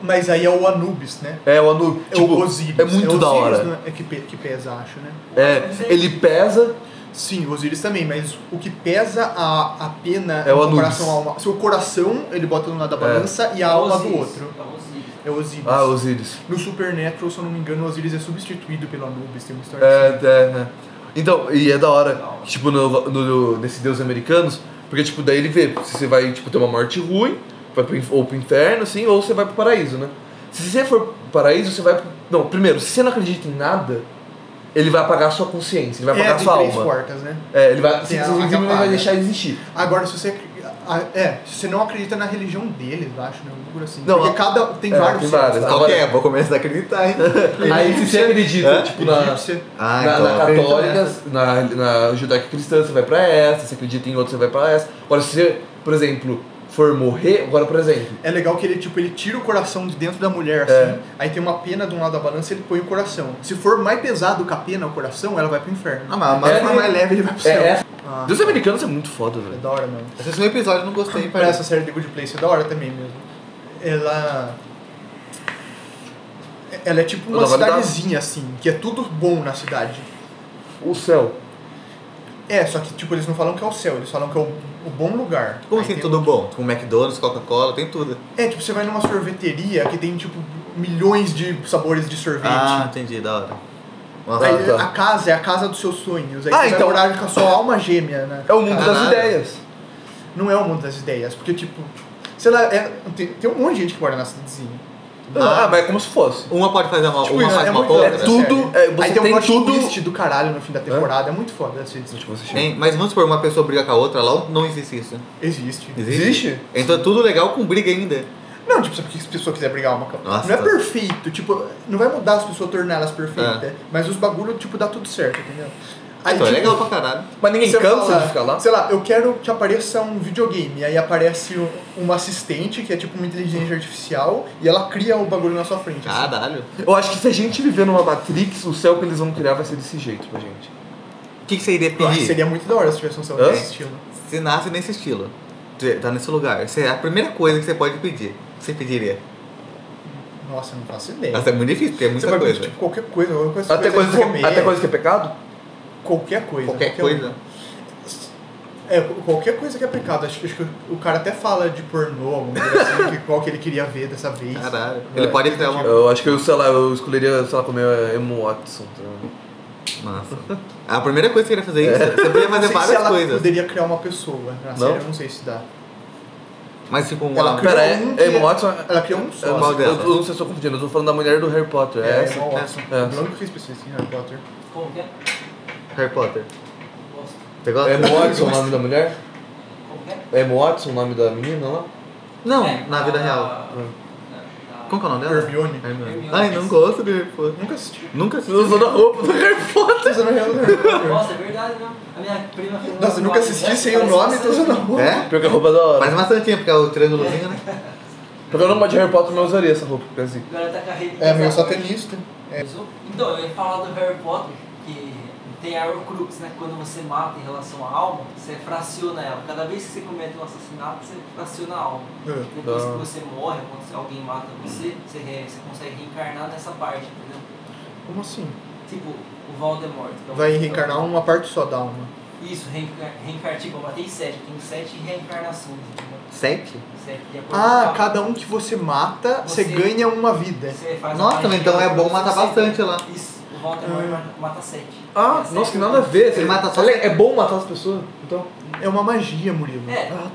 Speaker 1: Mas aí é o Anubis, né?
Speaker 2: É o Anu.
Speaker 1: É
Speaker 2: tipo,
Speaker 1: o Osiris.
Speaker 2: É muito
Speaker 1: o
Speaker 2: da
Speaker 1: Osíris,
Speaker 2: hora.
Speaker 1: não é? É que, pe- que pesa, acho, né?
Speaker 2: É, ele pesa.
Speaker 1: Sim, o Osiris também, mas o que pesa a, a pena
Speaker 2: É o
Speaker 1: em
Speaker 2: Anubis.
Speaker 1: comparação ao alma. Seu coração, ele bota no lado da
Speaker 2: É.
Speaker 1: balança e a alma do
Speaker 6: Osíris.
Speaker 1: outro.
Speaker 6: É o Osíris.
Speaker 1: É o Osiris.
Speaker 2: Ah, Osiris.
Speaker 1: No Supernatural, se eu não me engano, o Osiris é substituído pelo Anubis, tem uma história
Speaker 2: É,
Speaker 1: assim.
Speaker 2: é, é. Então, e é da hora, tipo, no, no, nesse Deus americanos, porque, tipo, daí ele vê se você vai, tipo, ter uma morte ruim, vai pro, in- ou pro inferno, assim, ou você vai pro paraíso, né? Se você for pro paraíso, você vai pro... Não, primeiro, se você não acredita em nada, ele vai apagar a sua consciência, ele vai
Speaker 1: é,
Speaker 2: apagar a
Speaker 1: tem
Speaker 2: sua
Speaker 1: três
Speaker 2: alma.
Speaker 1: portas, né?
Speaker 2: É, ele vai...
Speaker 1: Tem
Speaker 2: Se,
Speaker 1: a
Speaker 2: se,
Speaker 1: alma que
Speaker 2: inclusive, ele vai
Speaker 1: apaga.
Speaker 2: deixar de existir.
Speaker 1: Agora, se você... a- É, se você não acredita na religião deles, acho, né? Um bagulho assim.
Speaker 2: Não,
Speaker 1: Porque
Speaker 2: a-
Speaker 1: cada... Tem
Speaker 2: é,
Speaker 1: vários.
Speaker 2: tem
Speaker 1: seres,
Speaker 2: várias.
Speaker 1: tá?
Speaker 3: um Qual que é? Vou começar a acreditar, hein?
Speaker 2: Aí, se você acredita,
Speaker 3: Hã?
Speaker 2: tipo, na...
Speaker 1: Egípcia.
Speaker 3: <laughs> Ah,
Speaker 2: Na, na
Speaker 3: então.
Speaker 2: católica, na, na judaica cristã, você vai pra essa, você acredita em outra, você vai pra essa. Agora, se você, por exemplo, for morrer, agora, por exemplo,
Speaker 1: É legal que ele, tipo, ele tira o coração de dentro da mulher, assim.
Speaker 2: É.
Speaker 1: Aí tem uma pena de um lado da balança ele põe o coração. Se for mais pesado que a pena, o coração, ela vai pro inferno.
Speaker 3: Ah, mas a
Speaker 2: É.
Speaker 3: maior forma mais leve né? ele vai pro
Speaker 2: é,
Speaker 3: céu.
Speaker 2: é-
Speaker 1: Ah,
Speaker 2: Deus americanos é muito foda,
Speaker 1: é
Speaker 2: velho.
Speaker 1: da hora mesmo.
Speaker 3: Assisti um episódio e não gostei,
Speaker 1: Pra
Speaker 3: parece.
Speaker 1: é essa série de Good Place é da hora também mesmo. Ela. Ela é tipo uma
Speaker 2: Não, vai me dar-
Speaker 1: cidadezinha, assim, que é tudo bom na cidade.
Speaker 2: O céu.
Speaker 1: É, só que tipo, eles não falam que é o céu, eles falam que é o, o bom lugar.
Speaker 3: Como
Speaker 1: Aí
Speaker 3: assim
Speaker 1: tem-
Speaker 3: tudo bom? Tipo McDonald's, Coca-Cola, tem tudo.
Speaker 1: É, tipo, você vai numa sorveteria que tem, tipo, milhões de sabores de sorvete.
Speaker 3: Ah, entendi, da hora. Nossa,
Speaker 1: Aí,
Speaker 2: tá.
Speaker 1: a casa é a casa dos seus sonhos. Aí
Speaker 2: Ah,
Speaker 1: você
Speaker 2: então-
Speaker 1: vai morar com a sua alma gêmea, né?
Speaker 2: É o mundo das
Speaker 3: Caralho.
Speaker 2: ideias.
Speaker 1: Não é o mundo das ideias, porque, tipo, sei lá, é- tem, tem um monte de gente que mora na cidadezinha.
Speaker 2: Ah, mas é como se fosse.
Speaker 3: Uma pode fazer mal,
Speaker 1: Tipo,
Speaker 3: uma né?
Speaker 1: isso,
Speaker 3: faz
Speaker 1: é
Speaker 3: mal
Speaker 1: muito
Speaker 3: pra
Speaker 1: foda,
Speaker 3: outra.
Speaker 2: é
Speaker 1: sério.
Speaker 2: tudo- é, você
Speaker 1: Aí tem,
Speaker 2: tem
Speaker 1: um plot
Speaker 2: tudo-
Speaker 1: twist do caralho no fim da temporada, é muito foda. Assim,
Speaker 2: Onde você chega?
Speaker 3: Hein, mas vamos supor uma pessoa briga com a outra, lá não existe isso.
Speaker 1: existe.
Speaker 2: Existe?
Speaker 3: Então é tudo legal com briga ainda.
Speaker 1: Não, tipo, se a pessoa quiser brigar uma com a outra.
Speaker 3: Nossa.
Speaker 1: Não é perfeito, tipo, não vai mudar as pessoas, tornar elas perfeitas,
Speaker 2: É.
Speaker 1: mas os bagulho, tipo, dá tudo certo, entendeu? Aí,
Speaker 3: Então é
Speaker 1: tipo,
Speaker 3: legal pra caralho.
Speaker 2: Mas ninguém
Speaker 1: você
Speaker 2: cansa
Speaker 1: fala,
Speaker 2: de ficar lá?
Speaker 1: Sei lá, eu quero que apareça um videogame. Aí aparece um- uma assistente, que é tipo uma inteligência artificial, e ela cria o bagulho na sua frente. assim.
Speaker 3: Caralho.
Speaker 2: Eu acho que se a gente viver numa Matrix, o céu que eles vão criar vai ser desse jeito pra gente.
Speaker 3: O que, que você iria
Speaker 1: Eu acho que
Speaker 3: pedir?
Speaker 1: seria muito da hora se tivesse um celular
Speaker 2: Hã?
Speaker 1: desse estilo.
Speaker 3: Você nasce nesse estilo. Você tá nesse lugar. Você, a primeira coisa que você pode pedir, o que você pediria.
Speaker 1: Nossa, eu não faço ideia.
Speaker 3: Nossa, é muito difícil, porque é
Speaker 1: Você
Speaker 3: muita
Speaker 1: vai pedir,
Speaker 3: coisa.
Speaker 1: tipo, qualquer coisa, qualquer coisa.
Speaker 2: Até coisa,
Speaker 1: de comer,
Speaker 2: que, até coisa que é pecado?
Speaker 1: Qualquer um. coisa.
Speaker 3: Qualquer coisa.
Speaker 1: É, qualquer coisa que é pecado. Acho, acho que o cara até fala de pornô, alguma coisa assim,
Speaker 2: <laughs>
Speaker 1: que, qual que ele queria ver dessa vez.
Speaker 3: Caralho. Ele pode criar uma.
Speaker 2: Eu acho que eu, sei lá, eu escolheria, sei lá, comer Emo Watson. tá ligado?
Speaker 3: Nossa. A primeira coisa que você iria fazer é isso. Você poderia
Speaker 1: Não sei tipo. <laughs>
Speaker 3: fazer
Speaker 1: se
Speaker 3: várias
Speaker 1: ela
Speaker 3: coisas.
Speaker 1: poderia criar uma pessoa na série, eu não sei se dá.
Speaker 3: Mas tipo, um
Speaker 1: Ela criou
Speaker 2: Pera,
Speaker 1: um
Speaker 2: é,
Speaker 1: que-
Speaker 2: Emma Watson?
Speaker 1: Ela criou um
Speaker 2: Eu
Speaker 1: só.
Speaker 3: Qual
Speaker 2: não, sei, eu,
Speaker 3: dela?
Speaker 2: eu não sei se eu tô confundindo, eu tô falando da mulher do Harry Potter. É, essa?
Speaker 1: Emma Watson.
Speaker 2: É.
Speaker 1: Eu nunca fiz pesquisa em Harry Potter.
Speaker 4: Como que é?
Speaker 3: Harry Potter.
Speaker 4: Gosto.
Speaker 3: Você gosta?
Speaker 2: É Emma Watson o nome da mulher?
Speaker 4: Como que é?
Speaker 2: É Emma Watson o nome da menina lá?
Speaker 3: Não,
Speaker 4: É,
Speaker 3: na vida
Speaker 4: a-
Speaker 6: ah,
Speaker 3: real.
Speaker 1: Hum.
Speaker 4: a-
Speaker 3: Como que é o nome dela?
Speaker 1: Hermione.
Speaker 3: Hermione.
Speaker 4: Hermione.
Speaker 3: Ai, não gosto de Harry Potter.
Speaker 1: Nunca assisti.
Speaker 3: Nunca
Speaker 2: Você usando a roupa do Harry Potter.
Speaker 1: Tô usando o nome do Harry Potter.
Speaker 4: Nossa, é verdade, né? A minha prima fez
Speaker 1: Nossa, eu nunca assisti sem o nome, então tô usando a roupa.
Speaker 3: É?
Speaker 2: Pior que a roupa é da hora.
Speaker 3: Parece uma santinha, porque é o triângulozinho, né?
Speaker 2: Porque eu não gosto de Harry Potter, mas eu usaria essa roupa, porque assim.
Speaker 4: Agora tá com a rede.
Speaker 1: É, meu satanista.
Speaker 4: Então, eu ia falar do Harry Potter, que tem a Horcrux, né? Quando você mata em relação à alma, você fraciona ela. Cada vez que você comete um assassinato, você fraciona a alma.
Speaker 1: É.
Speaker 4: Depois
Speaker 2: Ah.
Speaker 4: que você morre, quando se- alguém mata você, você, re- você consegue reencarnar nessa parte, entendeu?
Speaker 1: Como assim?
Speaker 4: Tipo, o Voldemort. que é o-
Speaker 1: Vai reencarnar uma parte só da alma.
Speaker 4: Isso, reencar- reencarnar. Tipo, eu matei sete. Tem sete reencarnações, entendeu?
Speaker 1: É.
Speaker 3: Sete?
Speaker 4: Sete, de acordo com
Speaker 1: Ah,
Speaker 4: a-
Speaker 1: cada um que você mata, você,
Speaker 4: Você-
Speaker 1: ganha uma vida.
Speaker 4: Você faz a
Speaker 3: Nossa,
Speaker 4: magia,
Speaker 3: então é bom matar
Speaker 4: você-
Speaker 3: bastante lá.
Speaker 4: Isso, o Voldemort mata- mata sete.
Speaker 2: Ah,
Speaker 4: Sete
Speaker 2: nossa, que
Speaker 4: no
Speaker 2: nada a
Speaker 4: mundo.
Speaker 2: ver.
Speaker 3: Ele mata só-
Speaker 2: Olha, é bom matar as pessoas, então.
Speaker 1: É uma magia, Murilo.
Speaker 4: É.
Speaker 1: Ah, tá.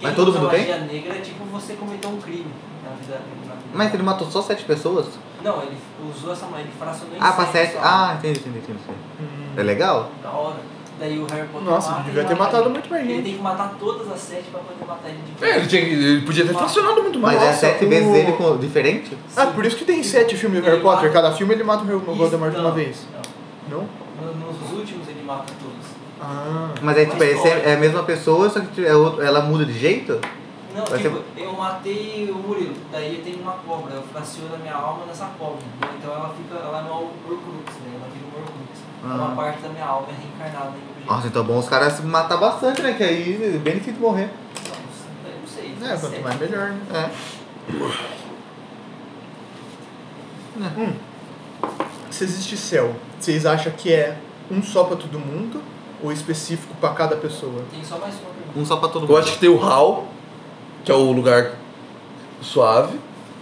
Speaker 4: Quem
Speaker 3: Mas todo
Speaker 4: usa
Speaker 3: mundo tem?
Speaker 4: magia negra é tipo você cometeu um crime na vida. na vida.
Speaker 3: Mas ele matou só sete pessoas?
Speaker 4: Não, ele usou essa magia, ele fracionou em
Speaker 3: Ah, pra
Speaker 4: sete
Speaker 3: sete.
Speaker 4: só.
Speaker 3: Ah, entendi, entendi, entendi.
Speaker 1: Hum.
Speaker 3: É legal?
Speaker 4: Da hora. Daí o Harry Potter.
Speaker 1: Nossa,
Speaker 4: mata
Speaker 1: ele devia
Speaker 4: e
Speaker 1: ter
Speaker 4: mata
Speaker 1: matado
Speaker 4: ele.
Speaker 1: muito mais
Speaker 4: Ele
Speaker 1: gente.
Speaker 4: tem que matar todas as sete pra poder matar ele de
Speaker 2: É, ele, tinha, ele podia
Speaker 1: tá
Speaker 2: ter fracionado muito mais.
Speaker 3: Mas é
Speaker 1: Nossa,
Speaker 3: sete
Speaker 1: o-
Speaker 3: vezes ele com... diferente?
Speaker 1: Ah, por isso que tem sete filmes do
Speaker 4: Ele
Speaker 1: Harry Potter.
Speaker 4: mata-
Speaker 1: Cada filme ele mata o Harry- o
Speaker 4: Isso,
Speaker 1: Voldemort de uma
Speaker 4: não,
Speaker 1: vez. Não?
Speaker 4: não. No- Nos últimos ele mata todos.
Speaker 1: Ah.
Speaker 3: Mas é tipo,
Speaker 4: Uma
Speaker 3: esse
Speaker 4: história.
Speaker 3: é, é a mesma pessoa, só que é outro- ela muda de jeito?
Speaker 4: Não,
Speaker 3: Vai
Speaker 4: tipo, eu matei o Murilo, daí tem uma cobra, eu fraciono a minha alma nessa cobra. entendeu? Então ela fica, ela é uma Horcrux, né? Ela vira um Horcrux.
Speaker 3: Ah.
Speaker 4: Uma parte da minha alma é reencarnada em objeto.
Speaker 3: Nossa, então é bom os caras se matar bastante, né? Que aí é bem difícil morrer.
Speaker 4: Não, eu não sei. tá
Speaker 1: É, quanto mais melhor, né?
Speaker 3: É.
Speaker 1: Se existe céu, vocês acham que é um só pra todo mundo ou específico pra cada pessoa?
Speaker 4: Tem só mais uma pergunta.
Speaker 3: Um só pra todo mundo.
Speaker 2: Eu acho que tem o Hall, que é o lugar suave.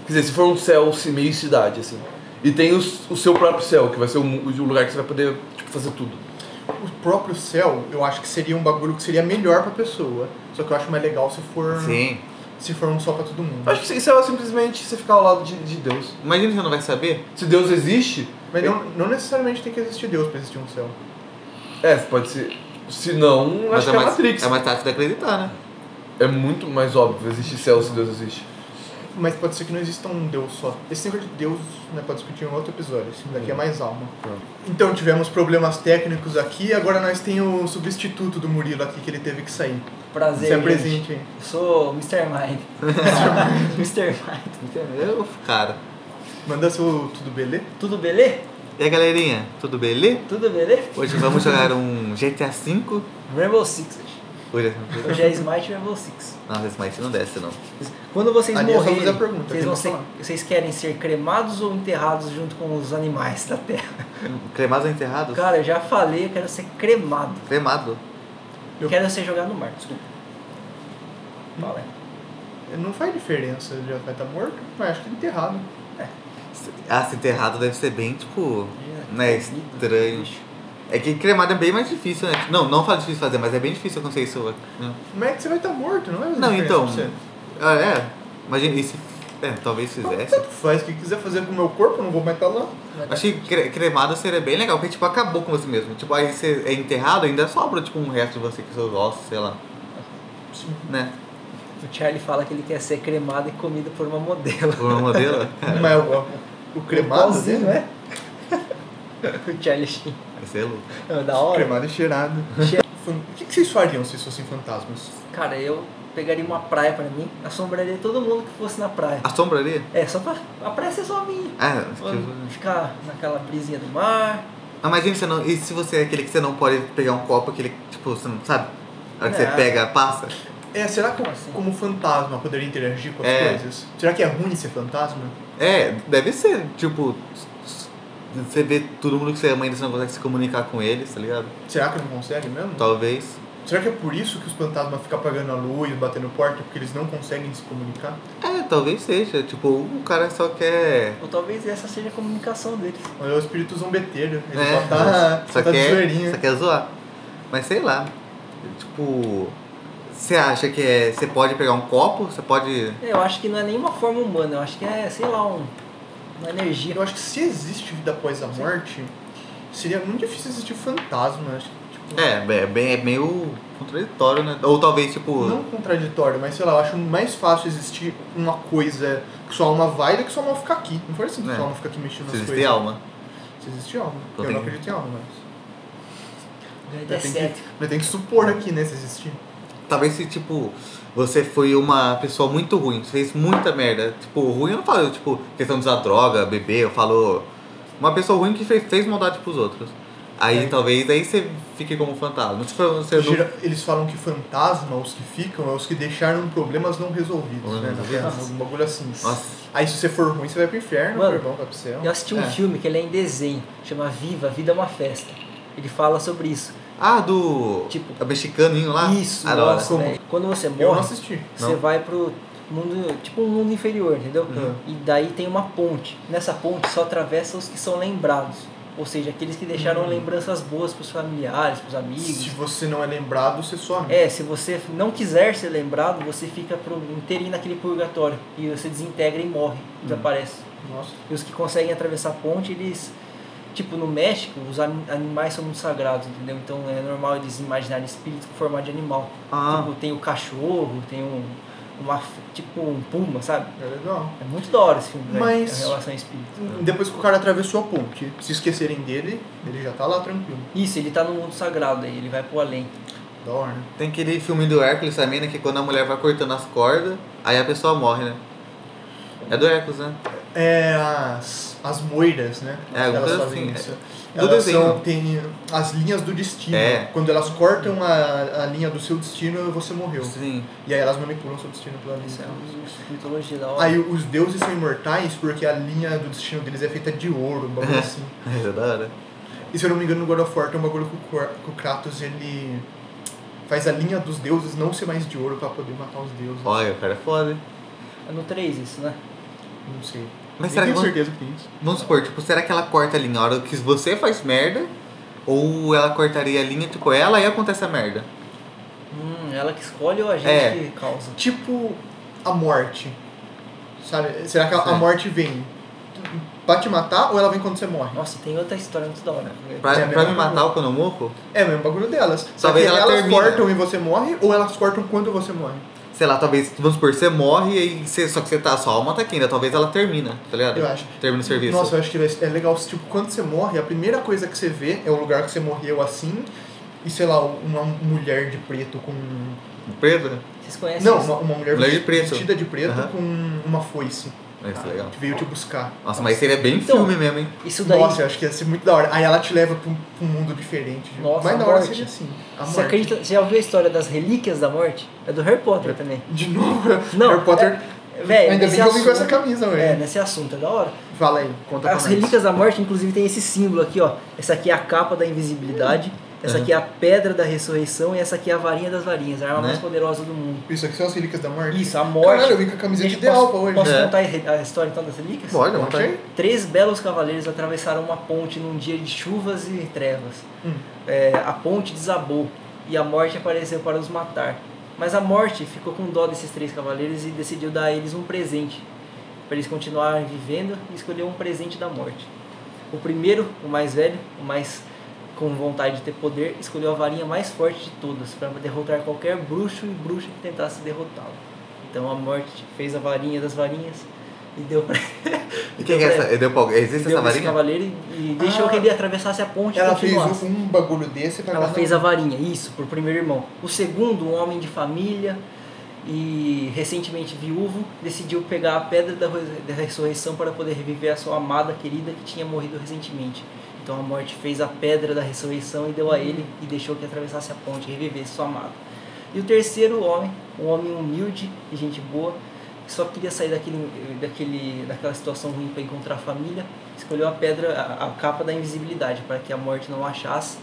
Speaker 2: Quer dizer, se for um céu ci- meio cidade, assim. E tem os- o, seu próprio céu, que vai ser o, mu- o lugar que você vai poder tipo, fazer tudo.
Speaker 1: O próprio céu, eu acho que seria um bagulho que seria melhor pra pessoa. Só que eu acho mais legal se for,
Speaker 3: Sim.
Speaker 1: se for um só pra todo mundo.
Speaker 2: Eu acho que isso é simplesmente você ficar ao lado de, de Deus.
Speaker 3: Imagina você não vai saber.
Speaker 2: Se Deus existe,
Speaker 1: Mas não, não necessariamente tem que existir Deus pra existir um céu.
Speaker 2: é, pode ser. Se não,
Speaker 3: Mas
Speaker 2: acho
Speaker 3: é
Speaker 2: que é
Speaker 3: mais,
Speaker 2: Matrix.
Speaker 3: é mais fácil de acreditar, né?
Speaker 2: É muito mais óbvio existir céu se Deus existe.
Speaker 1: Mas pode ser que não exista um Deus só. Esse negócio de Deus, né, pode discutir em outro episódio. Esse daqui é mais alma.
Speaker 2: Tá.
Speaker 1: Então tivemos problemas técnicos aqui, agora nós tem o substituto do Murilo aqui que ele teve que sair.
Speaker 4: Prazer.
Speaker 1: Se
Speaker 4: gente.
Speaker 1: apresente aí.
Speaker 4: Eu sou Mr.
Speaker 1: <laughs>
Speaker 4: Mind. Mr. Mind.
Speaker 3: Entendeu? Cara.
Speaker 1: Manda seu tudo belê.
Speaker 4: Tudo belê?
Speaker 3: E aí, galerinha? Tudo beleza?
Speaker 4: Tudo belê?
Speaker 3: Hoje vamos jogar um GTA V.
Speaker 4: Rainbow Six.
Speaker 3: Hoje é sempre-
Speaker 4: Hoje é Smite Rainbow Six.
Speaker 3: Não, esse Smite não desce, não.
Speaker 4: Quando vocês
Speaker 1: Ali eu só
Speaker 4: morrerem,
Speaker 1: fiz a pergunta,
Speaker 4: vocês,
Speaker 1: eu
Speaker 4: vão
Speaker 1: não
Speaker 4: ser-
Speaker 1: falar.
Speaker 4: vocês querem ser cremados ou enterrados junto com os animais da Terra?
Speaker 3: Cremados ou enterrados?
Speaker 4: Cara, eu já falei, eu quero ser cremado.
Speaker 3: Cremado.
Speaker 4: Eu
Speaker 1: Eu-
Speaker 4: quero ser jogado no mar, desculpa. Fala aí.
Speaker 1: Não faz diferença, ele já vai estar morto, mas acho que tá enterrado.
Speaker 3: Ah, se enterrado deve ser bem, tipo...
Speaker 4: É,
Speaker 3: Né, estranho.
Speaker 1: né?
Speaker 3: É que cremado é bem mais difícil, né? Não, não fala difícil fazer, mas é bem difícil acontecer isso. né?
Speaker 1: Como é que você vai estar morto? Não vai fazer
Speaker 3: Não,
Speaker 1: diferença
Speaker 3: então.
Speaker 1: pra você.
Speaker 3: Ah, é. Imagina, e se. É, talvez fizesse.
Speaker 1: Tanto faz, o que quiser fazer com o meu corpo, eu não vou mais estar lá.
Speaker 3: Achei que cre- cremado seria bem legal, porque tipo, acabou com você mesmo. Tipo, aí você é enterrado, ainda sobra tipo um resto de você com seus ossos, sei lá. Né?
Speaker 4: O Charlie fala que ele quer ser cremado e comido por uma modelo.
Speaker 3: Por
Speaker 1: <laughs>
Speaker 3: uma modelo.
Speaker 1: Mas o, o cremado,
Speaker 4: Igualzinho,
Speaker 1: né?
Speaker 4: é? <laughs> O Charlie Sheen.
Speaker 3: Vai ser louco.
Speaker 4: Não, da hora.
Speaker 1: Cremado e cheirado.
Speaker 4: Che-
Speaker 1: Fan- O que que vocês fariam se fossem fantasmas?
Speaker 4: Cara, eu pegaria uma praia pra mim, assombraria todo mundo que fosse na praia.
Speaker 3: A sombra ali?
Speaker 4: É, só pra. A praia ser só minha.
Speaker 3: Ah,
Speaker 4: Mano,
Speaker 3: tipo...
Speaker 4: Ficar naquela brisinha do mar.
Speaker 3: ah, mas gente, você não... e se você é aquele que você não pode pegar um copo, aquele que, tipo, você não sabe? A hora que
Speaker 4: Não.
Speaker 3: você pega, passa.
Speaker 1: É, será que eu,
Speaker 4: Como assim?
Speaker 1: como fantasma poderia interagir com as
Speaker 3: É.
Speaker 1: coisas? Será que é ruim ser fantasma?
Speaker 3: É, deve ser, tipo, você vê todo mundo que você ama ainda, você não consegue se comunicar com eles, tá ligado?
Speaker 1: Será que não consegue mesmo?
Speaker 3: Talvez.
Speaker 1: Será que é por isso que os fantasmas ficam apagando a luz, batendo porta, porque eles não conseguem se comunicar?
Speaker 3: É, talvez seja. Tipo, o cara só quer.
Speaker 4: Ou talvez essa seja a comunicação deles.
Speaker 1: Olha é o espírito zombeteiro, ele
Speaker 3: É,
Speaker 1: só tá,
Speaker 3: só
Speaker 1: só tá de
Speaker 3: quer,
Speaker 1: zoeirinha.
Speaker 3: só quer zoar. Mas sei lá. Tipo. Você acha que é. Você pode pegar um copo? Você pode.
Speaker 4: É, Eu acho que não é nenhuma forma humana, eu acho que é, sei lá, um, uma
Speaker 3: é-
Speaker 4: energia.
Speaker 1: Eu acho que se existe vida após a morte, seria muito difícil existir fantasma. Acho que, tipo,
Speaker 3: É, é, bem, é meio contraditório, né? Ou talvez, tipo.
Speaker 1: Não contraditório, mas sei lá, eu acho mais fácil existir uma coisa que sua alma vai do que sua alma ficar aqui. Não assim faz sentido
Speaker 3: É.
Speaker 1: sua alma ficar aqui mexendo nas
Speaker 3: se
Speaker 1: coisas.
Speaker 3: existe alma.
Speaker 1: Se existe alma. eu não
Speaker 3: Então tem que-
Speaker 1: acredito em alma, mas.
Speaker 4: Daí
Speaker 1: Mas tem, que,
Speaker 4: certo.
Speaker 1: mas tem que supor aqui, né, se existir.
Speaker 3: Talvez se, tipo, você foi uma pessoa muito ruim, você fez muita merda. Tipo, ruim eu não falo, tipo, questão de usar droga, beber, eu falo. Uma pessoa ruim que fez, fez maldade pros outros. Aí
Speaker 1: É.
Speaker 3: talvez aí você fique como fantasma. Se for- você não
Speaker 1: Gera- Eles falam que fantasma, os que ficam, é os que deixaram problemas não resolvidos,
Speaker 3: Problemas
Speaker 1: né? na Terra,
Speaker 4: resolvidos.
Speaker 1: Um bagulho assim.
Speaker 3: Nossa.
Speaker 1: Aí se você for ruim, você vai pro inferno,
Speaker 4: Mano,
Speaker 1: meu irmão, tá vai pro céu.
Speaker 4: Eu assisti um
Speaker 3: É.
Speaker 4: filme que ele é em desenho, chama Viva, a Vida é uma Festa. Ele fala sobre isso.
Speaker 3: Ah, do.
Speaker 4: Tipo-
Speaker 3: É o mexicaninho lá?
Speaker 4: Isso,
Speaker 3: ah, da hora.
Speaker 4: nossa,
Speaker 1: Como?
Speaker 4: velho. Quando você
Speaker 1: Eu não
Speaker 4: morre,
Speaker 1: assisti.
Speaker 4: você
Speaker 3: Não.
Speaker 4: vai pro mundo, tipo um mundo inferior, entendeu?
Speaker 1: Uhum.
Speaker 4: E daí tem uma ponte. Nessa ponte só atravessa os que são lembrados. Ou seja, aqueles que deixaram lembranças boas pros familiares, pros amigos.
Speaker 1: Se você não é lembrado, você some.
Speaker 4: É, se você não quiser ser lembrado, você fica pro, inteirinho naquele purgatório. E você desintegra e morre, desaparece.
Speaker 1: Nossa.
Speaker 4: E os que conseguem atravessar a ponte, eles. Tipo, no México, os ani- animais são muito sagrados, entendeu? Então é normal eles imaginarem espíritos com formato de animal.
Speaker 3: Ah.
Speaker 4: Tipo, tem o cachorro, tem um. Uma, f- tipo, um puma, sabe?
Speaker 1: É legal.
Speaker 4: É muito da hora esse filme, velho,
Speaker 1: Mas-
Speaker 4: em relação a espírito.
Speaker 1: Depois que o cara atravessou a ponte, se esquecerem dele, ele já tá lá tranquilo.
Speaker 4: Isso, ele tá no mundo sagrado aí, ele vai pro além.
Speaker 1: Da hora, né?
Speaker 3: Tem aquele filme do Hércules também, né? Que quando a mulher vai cortando as cordas, aí a pessoa morre, né? É do Hércules, né?
Speaker 1: É, as, as moiras, né?
Speaker 3: É, alguma
Speaker 1: elas
Speaker 3: coisa
Speaker 1: fazem
Speaker 3: assim,
Speaker 1: isso.
Speaker 3: é. Do
Speaker 1: Elas
Speaker 3: desenho.
Speaker 1: são, tem as linhas do destino.
Speaker 3: É.
Speaker 1: Quando elas cortam a, a linha do seu destino, você morreu.
Speaker 3: Sim. <laughs>
Speaker 1: E aí elas manipulam seu destino pela linha.
Speaker 4: Isso é uma mitologia da hora.
Speaker 1: Aí os deuses são imortais porque a linha do destino deles é feita de ouro, um
Speaker 3: <laughs>
Speaker 1: bagulho assim.
Speaker 3: É da hora.
Speaker 1: E se eu não me engano, no God of War tem um bagulho que o Kor- que o Kratos, ele faz a linha dos deuses não ser mais de ouro pra poder matar os deuses.
Speaker 3: Olha, o cara é foda. hein?
Speaker 4: É no 3 isso, né?
Speaker 1: Não sei.
Speaker 3: Mas
Speaker 1: Nem
Speaker 3: será que
Speaker 1: tenho
Speaker 3: vamos,
Speaker 1: certeza que tem isso.
Speaker 3: vamos supor, tipo, será que ela corta a linha na hora que você faz merda? Ou ela cortaria a linha, tipo, ela e acontece a merda?
Speaker 4: Hum, ela que escolhe ou a gente
Speaker 3: É.
Speaker 4: que causa?
Speaker 1: Tipo a morte. Sabe? Será que a, a
Speaker 3: Sim.
Speaker 1: morte vem pra te matar ou ela vem quando você morre?
Speaker 4: Nossa, tem outra história muito da hora.
Speaker 3: Pra,
Speaker 1: É,
Speaker 3: pra
Speaker 1: mesmo.
Speaker 3: me matar quando eu morro?
Speaker 1: É o mesmo bagulho delas. Só que
Speaker 3: Talvez ela
Speaker 1: elas
Speaker 3: termina.
Speaker 1: cortam e você morre ou elas cortam quando você morre?
Speaker 3: Sei lá, talvez, vamos supor, você morre e você, só que você tá, sua alma tá aqui ainda. Talvez ela termina, tá ligado?
Speaker 1: Eu acho.
Speaker 3: Termina o serviço.
Speaker 1: Nossa, eu acho que vai ser- é legal. Tipo, quando você morre, a primeira coisa que você vê é o lugar que você morreu assim. E sei lá, uma mulher de preto com.
Speaker 3: Preto?
Speaker 4: Vocês conhecem
Speaker 1: Não,
Speaker 4: isso?
Speaker 1: uma, uma É mulher
Speaker 3: Mulher de preto.
Speaker 1: vestida de preto
Speaker 3: Aham.
Speaker 1: com uma foice.
Speaker 3: Ia ser é legal.
Speaker 1: Que veio te buscar.
Speaker 3: Nossa, mas seria bem
Speaker 4: Então-
Speaker 3: filme mesmo, hein?
Speaker 4: Isso daí.
Speaker 1: Nossa, eu acho que ia ser muito da hora. Aí ela te leva pra um, pra um mundo diferente.
Speaker 4: Nossa,
Speaker 1: Mas
Speaker 4: a
Speaker 1: da hora
Speaker 4: morte.
Speaker 1: seria assim. A
Speaker 4: você
Speaker 1: morte.
Speaker 4: acredita? Você já ouviu a história das relíquias da morte? É do Harry Potter também.
Speaker 1: De novo, <laughs>
Speaker 4: Não,
Speaker 1: Harry Potter.
Speaker 4: é- véi,
Speaker 1: Ainda bem
Speaker 4: esse
Speaker 1: que eu vim com essa
Speaker 4: assunto-
Speaker 1: camisa, velho.
Speaker 4: É, nesse assunto, é da hora.
Speaker 1: Fala aí, conta pra
Speaker 4: As
Speaker 1: nós.
Speaker 4: relíquias da morte, inclusive, tem esse símbolo aqui, ó. Essa aqui é a capa da invisibilidade, essa aqui é a pedra da ressurreição e essa aqui é a varinha das varinhas, a arma
Speaker 3: Né?
Speaker 4: mais poderosa do mundo.
Speaker 1: Isso aqui são as relíquias da morte?
Speaker 4: Isso, a morte.
Speaker 1: Caralho, eu vim com a camiseta
Speaker 4: Deixa-
Speaker 1: de The Alpa
Speaker 4: posso,
Speaker 1: hoje.
Speaker 4: Posso
Speaker 3: É.
Speaker 4: contar a a história então das relíquias?
Speaker 3: Pode,
Speaker 1: Conta
Speaker 3: vontade.
Speaker 1: aí.
Speaker 4: Três belos cavaleiros atravessaram uma ponte num dia de chuvas e trevas.
Speaker 1: Hum.
Speaker 4: É, a ponte desabou e a morte apareceu para os matar. Mas a morte ficou com dó desses três cavaleiros e decidiu dar a eles um presente. Para eles continuarem vivendo e escolheu um presente da morte. O primeiro, o mais velho, o mais com vontade de ter poder, escolheu a varinha mais forte de todas para derrotar qualquer bruxo e bruxa que tentasse derrotá-lo. Então a morte fez a varinha das varinhas e deu para
Speaker 3: E quem que é essa? Ele Deu pra... Existe
Speaker 4: deu
Speaker 3: essa
Speaker 4: esse
Speaker 3: varinha?
Speaker 4: cavaleiro e e deixou
Speaker 1: Ah.
Speaker 4: que ele atravessasse a ponte e
Speaker 1: Ela fez
Speaker 4: continuasse.
Speaker 1: um, um bagulho desse pra
Speaker 4: Ela
Speaker 1: cada
Speaker 4: fez
Speaker 1: um.
Speaker 4: a varinha, isso, por primeiro irmão. O segundo, um homem de família e recentemente viúvo, decidiu pegar a pedra da, res- da ressurreição para poder reviver a sua amada querida que tinha morrido recentemente. Então a morte fez a pedra da ressurreição e deu a ele e deixou que atravessasse a ponte e revivesse sua amada. E o terceiro homem, um homem humilde e gente boa, que só queria sair daquele, daquele, daquela situação ruim para encontrar a família, escolheu a pedra, a, a capa da invisibilidade, para que a morte não o achasse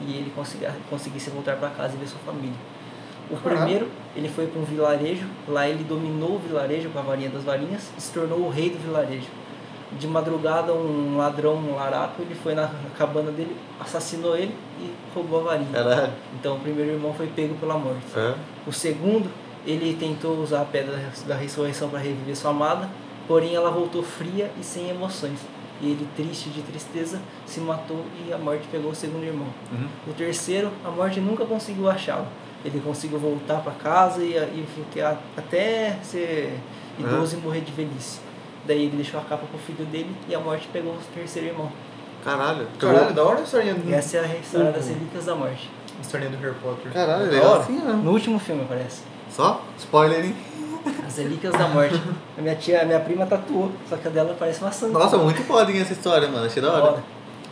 Speaker 4: e ele consiga, conseguisse voltar para casa e ver sua família. O
Speaker 1: Caralho.
Speaker 4: primeiro, ele foi para um vilarejo, lá ele dominou o vilarejo com a varinha das varinhas e se tornou o rei do vilarejo. De madrugada, um ladrão, um larato, ele foi na cabana dele, assassinou ele e roubou a varinha.
Speaker 3: Caralho.
Speaker 4: Então o primeiro irmão foi pego pela morte.
Speaker 3: É.
Speaker 4: O segundo, ele tentou usar a pedra da ressurreição para reviver sua amada, porém ela voltou fria e sem emoções. E ele, triste de tristeza, se matou e a morte pegou o segundo irmão.
Speaker 3: Uhum.
Speaker 4: O terceiro, a morte nunca conseguiu achá-lo. Ele conseguiu voltar para casa e, e ficar até ser idoso e morrer de velhice. Daí ele deixou a capa pro filho dele e a morte pegou o terceiro irmão.
Speaker 3: Caralho.
Speaker 1: Caralho, da hora a historinha do,
Speaker 4: E essa é a história
Speaker 1: Uhum.
Speaker 4: das relíquias da morte.
Speaker 1: a historinha do Harry Potter.
Speaker 3: Caralho,
Speaker 4: Da
Speaker 3: legal
Speaker 4: hora.
Speaker 3: assim mesmo.
Speaker 4: No último filme, parece.
Speaker 3: Só? Spoiler, hein?
Speaker 4: As Relíquias da Morte. A minha tia, a minha prima tatuou, só que a dela parece uma santa.
Speaker 3: Nossa, muito foda hein, essa história, mano. Achei da hora.
Speaker 4: Bora,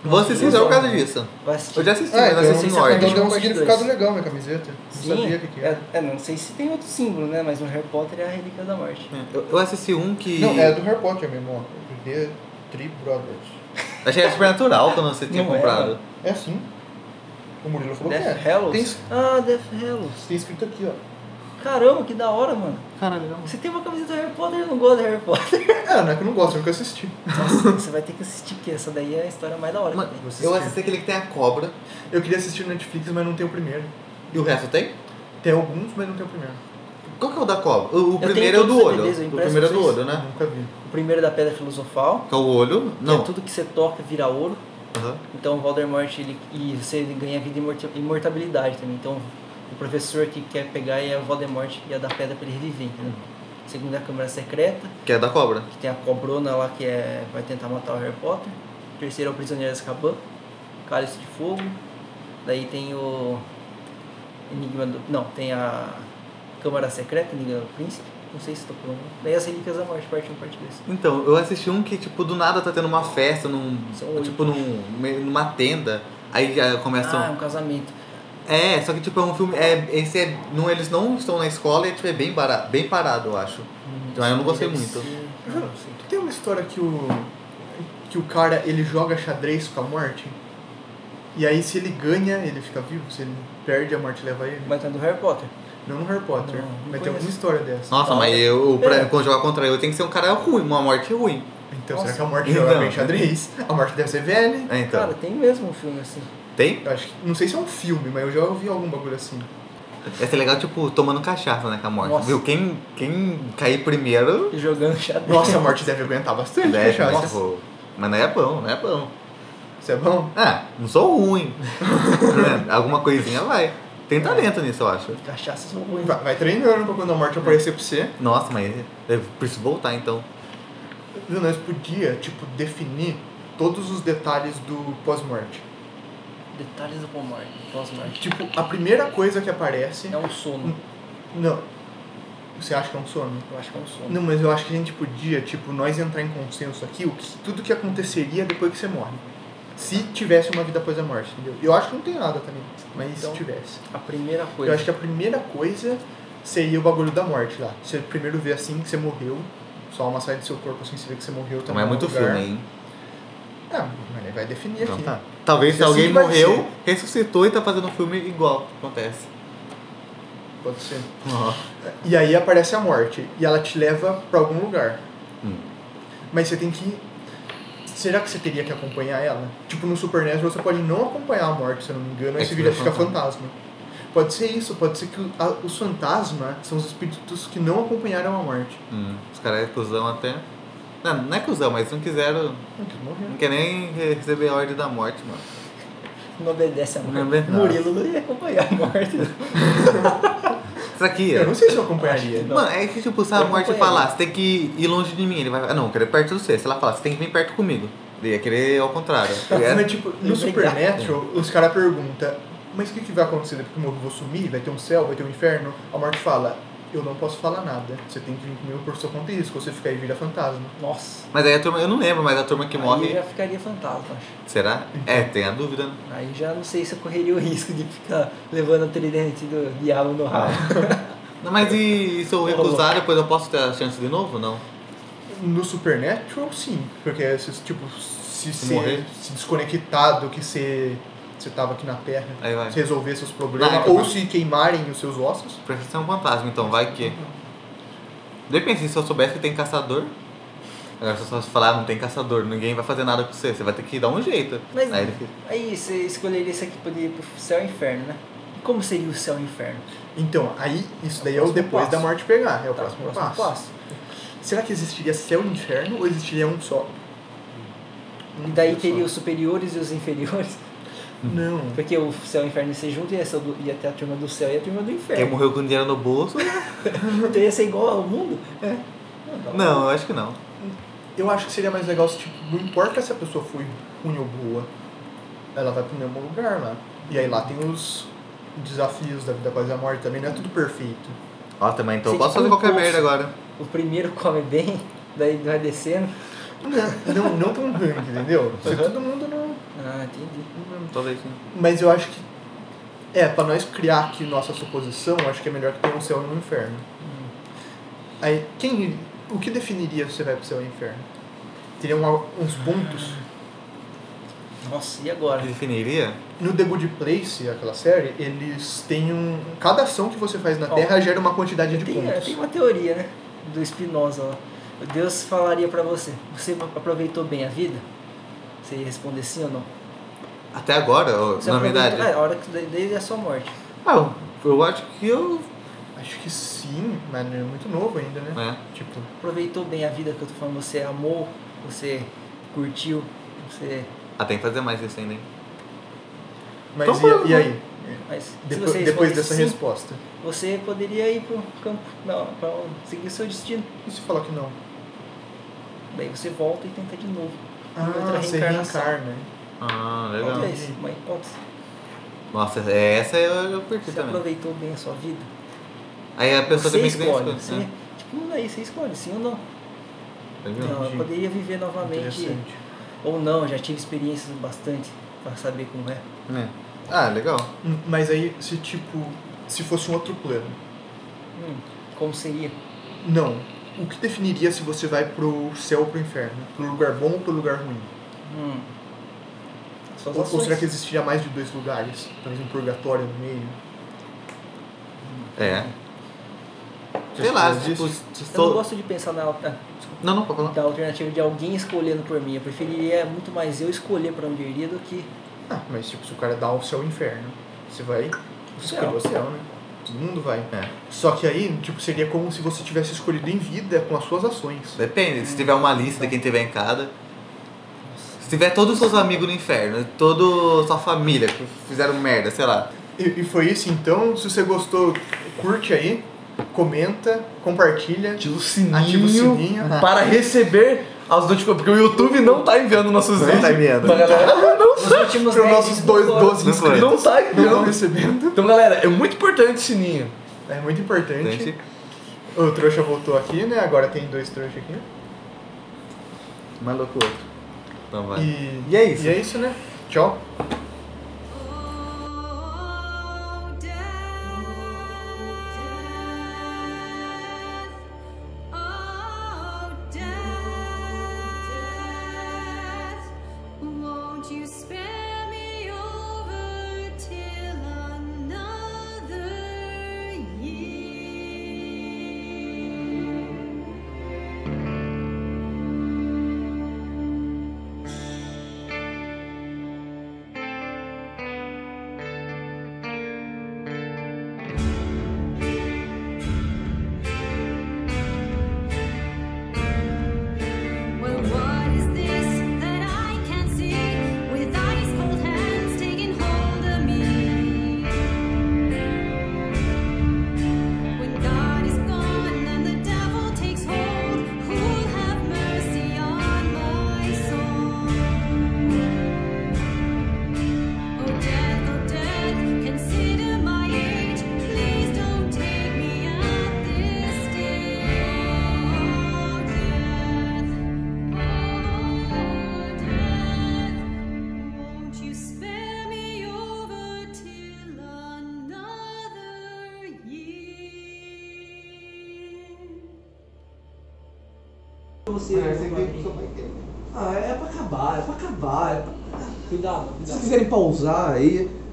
Speaker 3: Vou assistir só por causa disso.
Speaker 4: Vai assistir.
Speaker 3: Eu já assisti,
Speaker 1: É,
Speaker 3: mas
Speaker 1: então-
Speaker 3: assim, não assisti em
Speaker 4: então-
Speaker 1: Então
Speaker 3: ordem.
Speaker 1: deu um
Speaker 4: Dois.
Speaker 1: significado legal minha camiseta. Não
Speaker 4: Sim,
Speaker 1: sabia o que, que era.
Speaker 4: é, é, não sei se tem outro símbolo, né? Mas no Harry Potter é a Relíquia da Morte.
Speaker 3: Eu, eu assisti um que.
Speaker 1: Não, é do Harry Potter mesmo, ó. The Three Brothers.
Speaker 3: Achei super natural quando você tinha
Speaker 4: Não é,
Speaker 3: comprado.
Speaker 4: mano.
Speaker 1: É assim. O Murilo falou
Speaker 4: Death
Speaker 1: que é.
Speaker 4: Hallows?
Speaker 1: Tem, es-
Speaker 4: Ah, Death Hallows.
Speaker 1: tem escrito aqui, ó.
Speaker 4: Caramba, que da hora, mano.
Speaker 3: Caralho, legal.
Speaker 4: Você tem uma camiseta do Harry Potter e não gosta do Harry
Speaker 1: <laughs>
Speaker 4: Potter.
Speaker 1: É, não é que eu não gosto, eu nunca assisti.
Speaker 4: Nossa, você vai ter que assistir, porque essa daí é a história mais da hora. que
Speaker 3: Mano,
Speaker 4: tem.
Speaker 1: Você
Speaker 3: eu
Speaker 1: assistiu.
Speaker 3: assisti aquele que tem a cobra.
Speaker 1: Eu queria assistir no Netflix, mas não tem o primeiro.
Speaker 3: E o resto tem?
Speaker 1: Tem alguns, mas não tem o primeiro.
Speaker 3: Qual que é o da cobra? O, o
Speaker 4: tenho
Speaker 3: primeiro é o do
Speaker 4: todos os
Speaker 3: olho.
Speaker 4: DVDs, eu
Speaker 3: O
Speaker 4: impresso
Speaker 3: primeiro é
Speaker 4: pra
Speaker 3: do
Speaker 4: vocês.
Speaker 3: olho, né?
Speaker 1: Ah, Nunca vi.
Speaker 4: O primeiro é da Pedra Filosofal.
Speaker 3: Que é o olho.
Speaker 4: que
Speaker 3: Não.
Speaker 4: É tudo que você toca vira ouro.
Speaker 3: Aham.
Speaker 4: Então o Voldemort ele, e você ganha vida e imorti- imortabilidade também. Então o professor que quer pegar é o Voldemort e a da pedra pra ele reviver, entendeu?
Speaker 3: Uhum.
Speaker 4: Segundo é a câmara secreta,
Speaker 3: Que é da cobra.
Speaker 4: que tem a cobrona lá que é, vai tentar matar o Harry Potter. Terceiro é o prisioneiro de Azkaban, Cálice de Fogo. Daí tem o Enigma do... Não, tem a Câmara Secreta, Enigma do Príncipe. Não sei se estou pronto. Daí as Relíquias da Morte, parte 1, parte 2.
Speaker 3: Então, eu assisti um que, tipo, do nada tá tendo uma festa, num,
Speaker 4: São oito.
Speaker 3: tipo, num, me- numa tenda. Aí já começa
Speaker 4: Ah, é um
Speaker 3: um...
Speaker 4: casamento.
Speaker 3: É, só que, tipo, é um filme... É, esse é, não, eles não estão na escola e, tipo, é bem, bara, bem parado, eu acho. Então, eu não gostei
Speaker 4: Deve
Speaker 3: muito.
Speaker 4: ser- Ah, não sei.
Speaker 1: Tem uma história que o. que o cara ele joga xadrez com a morte. E aí se ele ganha, ele fica vivo. Se ele perde, a morte leva ele.
Speaker 4: Mas tá do Harry Potter.
Speaker 1: Não no Harry Potter.
Speaker 4: Não, não
Speaker 1: mas tem
Speaker 4: conheço.
Speaker 1: alguma história dessa.
Speaker 3: Nossa,
Speaker 4: Tá.
Speaker 3: mas eu,
Speaker 4: É.
Speaker 3: pra quando jogar contra eu, tem que ser um cara ruim, uma morte ruim.
Speaker 1: Então
Speaker 4: Nossa.
Speaker 1: será que a morte
Speaker 3: Então.
Speaker 1: joga bem xadrez? A morte deve ser velha.
Speaker 3: É, então.
Speaker 4: Cara, tem mesmo um filme assim.
Speaker 3: Tem?
Speaker 1: Eu acho que, não sei se é um filme, mas eu já ouvi algum bagulho assim.
Speaker 3: Ia ser legal, tipo, tomando cachaça, né, com a morte.
Speaker 4: Nossa.
Speaker 3: Viu? Quem, quem cair primeiro...
Speaker 4: Jogando
Speaker 1: <laughs>
Speaker 4: xadrez.
Speaker 1: Nossa, a morte deve aguentar bastante.
Speaker 3: Deve,
Speaker 1: cachaça.
Speaker 3: mas, tipo, mas não é bom, não é bom.
Speaker 1: Isso é bom?
Speaker 3: Ah, não sou ruim. Né? Alguma coisinha vai. Tem talento nisso, eu acho.
Speaker 4: Cachaça são ruins.
Speaker 1: Vai, vai treinando pra quando a morte aparecer pra você.
Speaker 3: Nossa, mas eu preciso voltar então.
Speaker 1: Viu, Nós podia, tipo, definir todos os detalhes do pós-morte.
Speaker 4: Detalhes do Pomorte, pós-morte. um
Speaker 1: Tipo, a primeira coisa que aparece.
Speaker 4: É um sono.
Speaker 1: Não. Você acha que é um sono?
Speaker 4: Eu acho que é um sono.
Speaker 1: Não, mas eu acho que a gente podia, tipo, nós entrar em consenso aqui, o que, tudo que aconteceria depois que você morre. Se tivesse uma vida após a morte, entendeu? Eu acho que não tem nada também, mas
Speaker 4: Então, é.
Speaker 1: se tivesse.
Speaker 4: A primeira
Speaker 1: Eu
Speaker 4: coisa.
Speaker 1: acho que a primeira coisa seria o bagulho da morte lá. Você primeiro vê assim que você morreu, só uma sai do seu corpo assim, você vê que você morreu também.
Speaker 3: Mas é muito
Speaker 1: lugar.
Speaker 3: filme, hein?
Speaker 1: Ah, mas ele vai definir
Speaker 3: Então
Speaker 1: aqui.
Speaker 3: tá. Talvez se
Speaker 1: Assim
Speaker 3: alguém
Speaker 1: vai
Speaker 3: morreu, ressuscitou e tá fazendo um filme igual. Acontece.
Speaker 1: Pode ser.
Speaker 3: Ó.
Speaker 1: E aí aparece a morte. E ela te leva pra algum lugar.
Speaker 3: Hum.
Speaker 1: Mas você tem que. Será que você teria que acompanhar ela? Tipo, no Super NES você pode não acompanhar a morte, se eu não me engano,
Speaker 3: É
Speaker 1: aí você
Speaker 3: que
Speaker 1: vira
Speaker 3: vira
Speaker 1: ficar fantasma. Pode ser isso, pode ser que o- a- os fantasmas são os espíritos que não acompanharam a morte.
Speaker 3: Hum, Os caras é cuzão até. Não, não é cuzão, mas não quiseram.
Speaker 1: Não, que morreu.
Speaker 3: Não quer nem re- receber a ordem da morte, mano.
Speaker 4: Não obedece a
Speaker 3: Não
Speaker 4: morte.
Speaker 3: obedece.
Speaker 4: Murilo não ia acompanhar a morte. <laughs>
Speaker 3: Isso aqui,
Speaker 1: Eu não sei se eu acompanharia.
Speaker 4: Não.
Speaker 3: Mano, é que tipo, se a
Speaker 4: Eu
Speaker 3: morte
Speaker 4: acompanho.
Speaker 3: falar, você tem que ir longe de mim, ele vai. Ah, não, eu quero ir perto de você. Se ela falar, você tem que vir perto comigo. Ele ia querer ao contrário. tá ligado?
Speaker 1: Mas, tipo, no
Speaker 4: Obrigado.
Speaker 1: Supernatural, os caras perguntam, mas o que, que vai acontecer depois que eu morrer? Vou sumir? Vai ter um céu? Vai ter um inferno? A morte fala, eu não posso falar nada. Você tem que vir comigo por sua conta e risco. Você ficar aí e vira fantasma.
Speaker 4: Nossa.
Speaker 3: Mas aí a turma, eu não lembro, mas a turma que
Speaker 4: Aí é.
Speaker 3: morre.
Speaker 4: já ficaria fantasma, acho.
Speaker 3: Será? É, tem a dúvida, né?
Speaker 4: Aí já não sei se eu correria o risco de ficar levando o tridente do diabo no rabo.
Speaker 3: Não, mas e, e se eu recusar, depois eu posso ter a chance de novo? Não.
Speaker 1: No Supernatural, sim. Porque, se, tipo, se,
Speaker 3: Se
Speaker 1: se,
Speaker 3: morrer.
Speaker 1: se desconectar do que você, você tava aqui na Terra,
Speaker 3: Aí vai.
Speaker 1: se resolver seus problemas,
Speaker 3: Vai,
Speaker 1: ou
Speaker 3: vai.
Speaker 1: se queimarem os seus ossos,
Speaker 3: Prefiro ser um fantasma, então vai que. Depende, se eu soubesse que tem caçador. Agora se eu só falar, "Ah, não tem caçador, ninguém vai fazer nada com você, você vai ter que dar um jeito.
Speaker 4: Mas-
Speaker 3: Aí ele fica-
Speaker 4: Aí você escolheria isso aqui poderia ir pro céu e inferno, né? E como seria o céu e o inferno?
Speaker 1: então, aí, isso
Speaker 4: É o
Speaker 1: daí é o
Speaker 4: próximo
Speaker 1: depois
Speaker 4: passo.
Speaker 1: da morte pegar. É o
Speaker 4: Tá,
Speaker 1: próximo, passo.
Speaker 4: passo.
Speaker 1: Será que existiria céu e inferno ou existiria um só?
Speaker 4: E daí
Speaker 1: Um
Speaker 4: teria
Speaker 1: só.
Speaker 4: os superiores e os inferiores. <laughs>
Speaker 1: Não.
Speaker 4: Porque o céu e o inferno ia ser junto ia, ser do, ia ter a turma do céu e a turma do
Speaker 3: Quem
Speaker 4: inferno.
Speaker 3: morreu com dinheiro no bolso?
Speaker 4: <laughs> Então ia ser igual ao mundo? É.
Speaker 3: Não, eu acho que não.
Speaker 1: Eu acho que seria mais legal se, tipo, não importa se a pessoa foi ruim ou boa, ela vai pro mesmo lugar lá. E aí lá tem os desafios da vida após a morte também, não é tudo perfeito.
Speaker 3: Ó, também, então eu
Speaker 4: Gente,
Speaker 3: posso fazer
Speaker 4: um
Speaker 3: qualquer
Speaker 4: bolso.
Speaker 3: merda agora.
Speaker 4: O primeiro come bem, <laughs> daí vai descendo.
Speaker 1: Não, não tão ruim, entendeu? Se todo mundo não.
Speaker 4: Ah, entendi.
Speaker 3: Talvez sim.
Speaker 1: Mas eu acho que. É, pra nós criar aqui nossa suposição, acho que é melhor que tenha um céu e um inferno. Aí, quem. O que definiria se você vai pro céu e inferno? Teria uma- uns pontos?
Speaker 4: Nossa, e agora?
Speaker 3: Que definiria?
Speaker 1: No The Good Place, aquela série, eles têm um. Cada ação que você faz na
Speaker 4: Ó,
Speaker 1: Terra gera uma quantidade de
Speaker 4: Tem, é,
Speaker 1: pontos.
Speaker 4: tem uma teoria, né? Do Spinoza lá. Deus falaria pra você, você aproveitou bem a vida? Você ia responder sim ou não?
Speaker 3: Até agora, ô,
Speaker 4: Você
Speaker 3: na
Speaker 4: aproveitou-
Speaker 3: verdade.
Speaker 4: É, a hora que desde a sua morte.
Speaker 3: Ah, eu, eu acho que eu.
Speaker 1: Acho que sim, mas é muito novo ainda, né?
Speaker 3: né?
Speaker 1: Tipo,
Speaker 4: Aproveitou bem a vida que eu tô falando, você amou, você curtiu, você.
Speaker 3: Ah, tem que fazer mais isso ainda, hein?
Speaker 1: mas
Speaker 3: Então,
Speaker 1: e, e aí?
Speaker 4: Mas
Speaker 1: Depo-
Speaker 4: se você
Speaker 1: depois
Speaker 4: respondesse
Speaker 1: dessa
Speaker 4: sim,
Speaker 1: resposta.
Speaker 4: você poderia ir pro campo, não, pra seguir seu destino.
Speaker 1: E se falar que não?
Speaker 4: Daí você volta e tenta de novo.
Speaker 1: Ah, você
Speaker 4: reencarnação.
Speaker 1: reencarna. né?
Speaker 3: Ah, legal.
Speaker 4: Qual que é esse? Uma hipótese.
Speaker 3: Nossa, é, essa eu, eu curti
Speaker 4: Você
Speaker 3: também.
Speaker 4: aproveitou bem a sua vida?
Speaker 3: Aí a pessoa
Speaker 4: você
Speaker 3: também que tem
Speaker 4: escolhe.
Speaker 3: escolha,
Speaker 4: Você,
Speaker 3: né?
Speaker 4: Tipo, não é isso, você escolhe, sim ou não.
Speaker 3: Tá vendo?
Speaker 4: Então, eu
Speaker 1: Entendi.
Speaker 4: poderia viver novamente
Speaker 1: Interessante.
Speaker 4: ou não, já tive experiências bastante pra saber como é.
Speaker 3: É. Ah, legal.
Speaker 1: Hum, Mas aí, se tipo. Se fosse um outro plano.
Speaker 4: Hum, como seria.
Speaker 1: Não. O que definiria se você vai pro céu ou pro inferno? Pro lugar bom ou pro lugar ruim?
Speaker 4: Hum. Suas
Speaker 1: Ou, ou
Speaker 4: ações.
Speaker 1: será que existiria mais de dois lugares? Talvez um purgatório no meio?
Speaker 3: É.
Speaker 1: Já
Speaker 3: Sei lá,
Speaker 1: se
Speaker 3: tipo,
Speaker 1: disso?
Speaker 3: se
Speaker 4: Eu não
Speaker 3: sou...
Speaker 4: gosto de pensar na, alter-
Speaker 3: Não, não, pode falar.
Speaker 4: da alternativa de alguém escolhendo por mim. Eu preferiria muito mais eu escolher pra onde eu iria do que
Speaker 1: Ah, mas tipo, se o cara dá o céu e o inferno, você vai escolher
Speaker 4: Céu.
Speaker 1: o céu, né? Todo mundo vai.
Speaker 3: É.
Speaker 1: Só que aí, tipo, seria como se você tivesse escolhido em vida com as suas ações.
Speaker 3: Depende, se tiver uma lista de quem tiver em cada. Se tiver todos os seus amigos no inferno, toda sua família que fizeram merda, sei lá.
Speaker 1: E, e foi isso, então. Se você gostou, curte aí, comenta, compartilha.
Speaker 2: Ativa o sininho,
Speaker 1: Ativa o sininho.
Speaker 2: para receber as notificações. Porque o YouTube não tá enviando nossos
Speaker 3: Não
Speaker 2: vídeos.
Speaker 3: tá enviando.
Speaker 2: pra galera. <laughs> Não,
Speaker 4: os últimos
Speaker 1: Para os
Speaker 4: 10
Speaker 1: nossos
Speaker 4: não
Speaker 1: dois,
Speaker 4: foram.
Speaker 1: 12
Speaker 3: Não foi.
Speaker 1: inscritos.
Speaker 2: não
Speaker 1: Não
Speaker 2: tá
Speaker 1: estão
Speaker 2: enviando.
Speaker 1: recebendo.
Speaker 2: Então, galera, é muito importante o sininho.
Speaker 1: É muito importante.
Speaker 3: Gente,
Speaker 1: O trouxa voltou aqui, né? Agora tem dois trouxas aqui.
Speaker 3: Maluco outro. Então vai.
Speaker 1: E,
Speaker 3: E é isso.
Speaker 1: E é isso, né? Tchau.
Speaker 7: Oh, death. Oh, death. Won't you spare me over till another year? Well, what is this that I can't see with ice cold hands taking hold of me? When God is gone and the devil takes hold, who'll have mercy on my soul? Oh death, oh death, consider my age. Please don't take me at this stage. Oh death, won't you spare me over till another year?
Speaker 6: Você, Ah, é pra acabar, é pra acabar. É pra... Cuidado,
Speaker 2: Se
Speaker 6: cuidado.
Speaker 2: vocês quiserem pausar aí,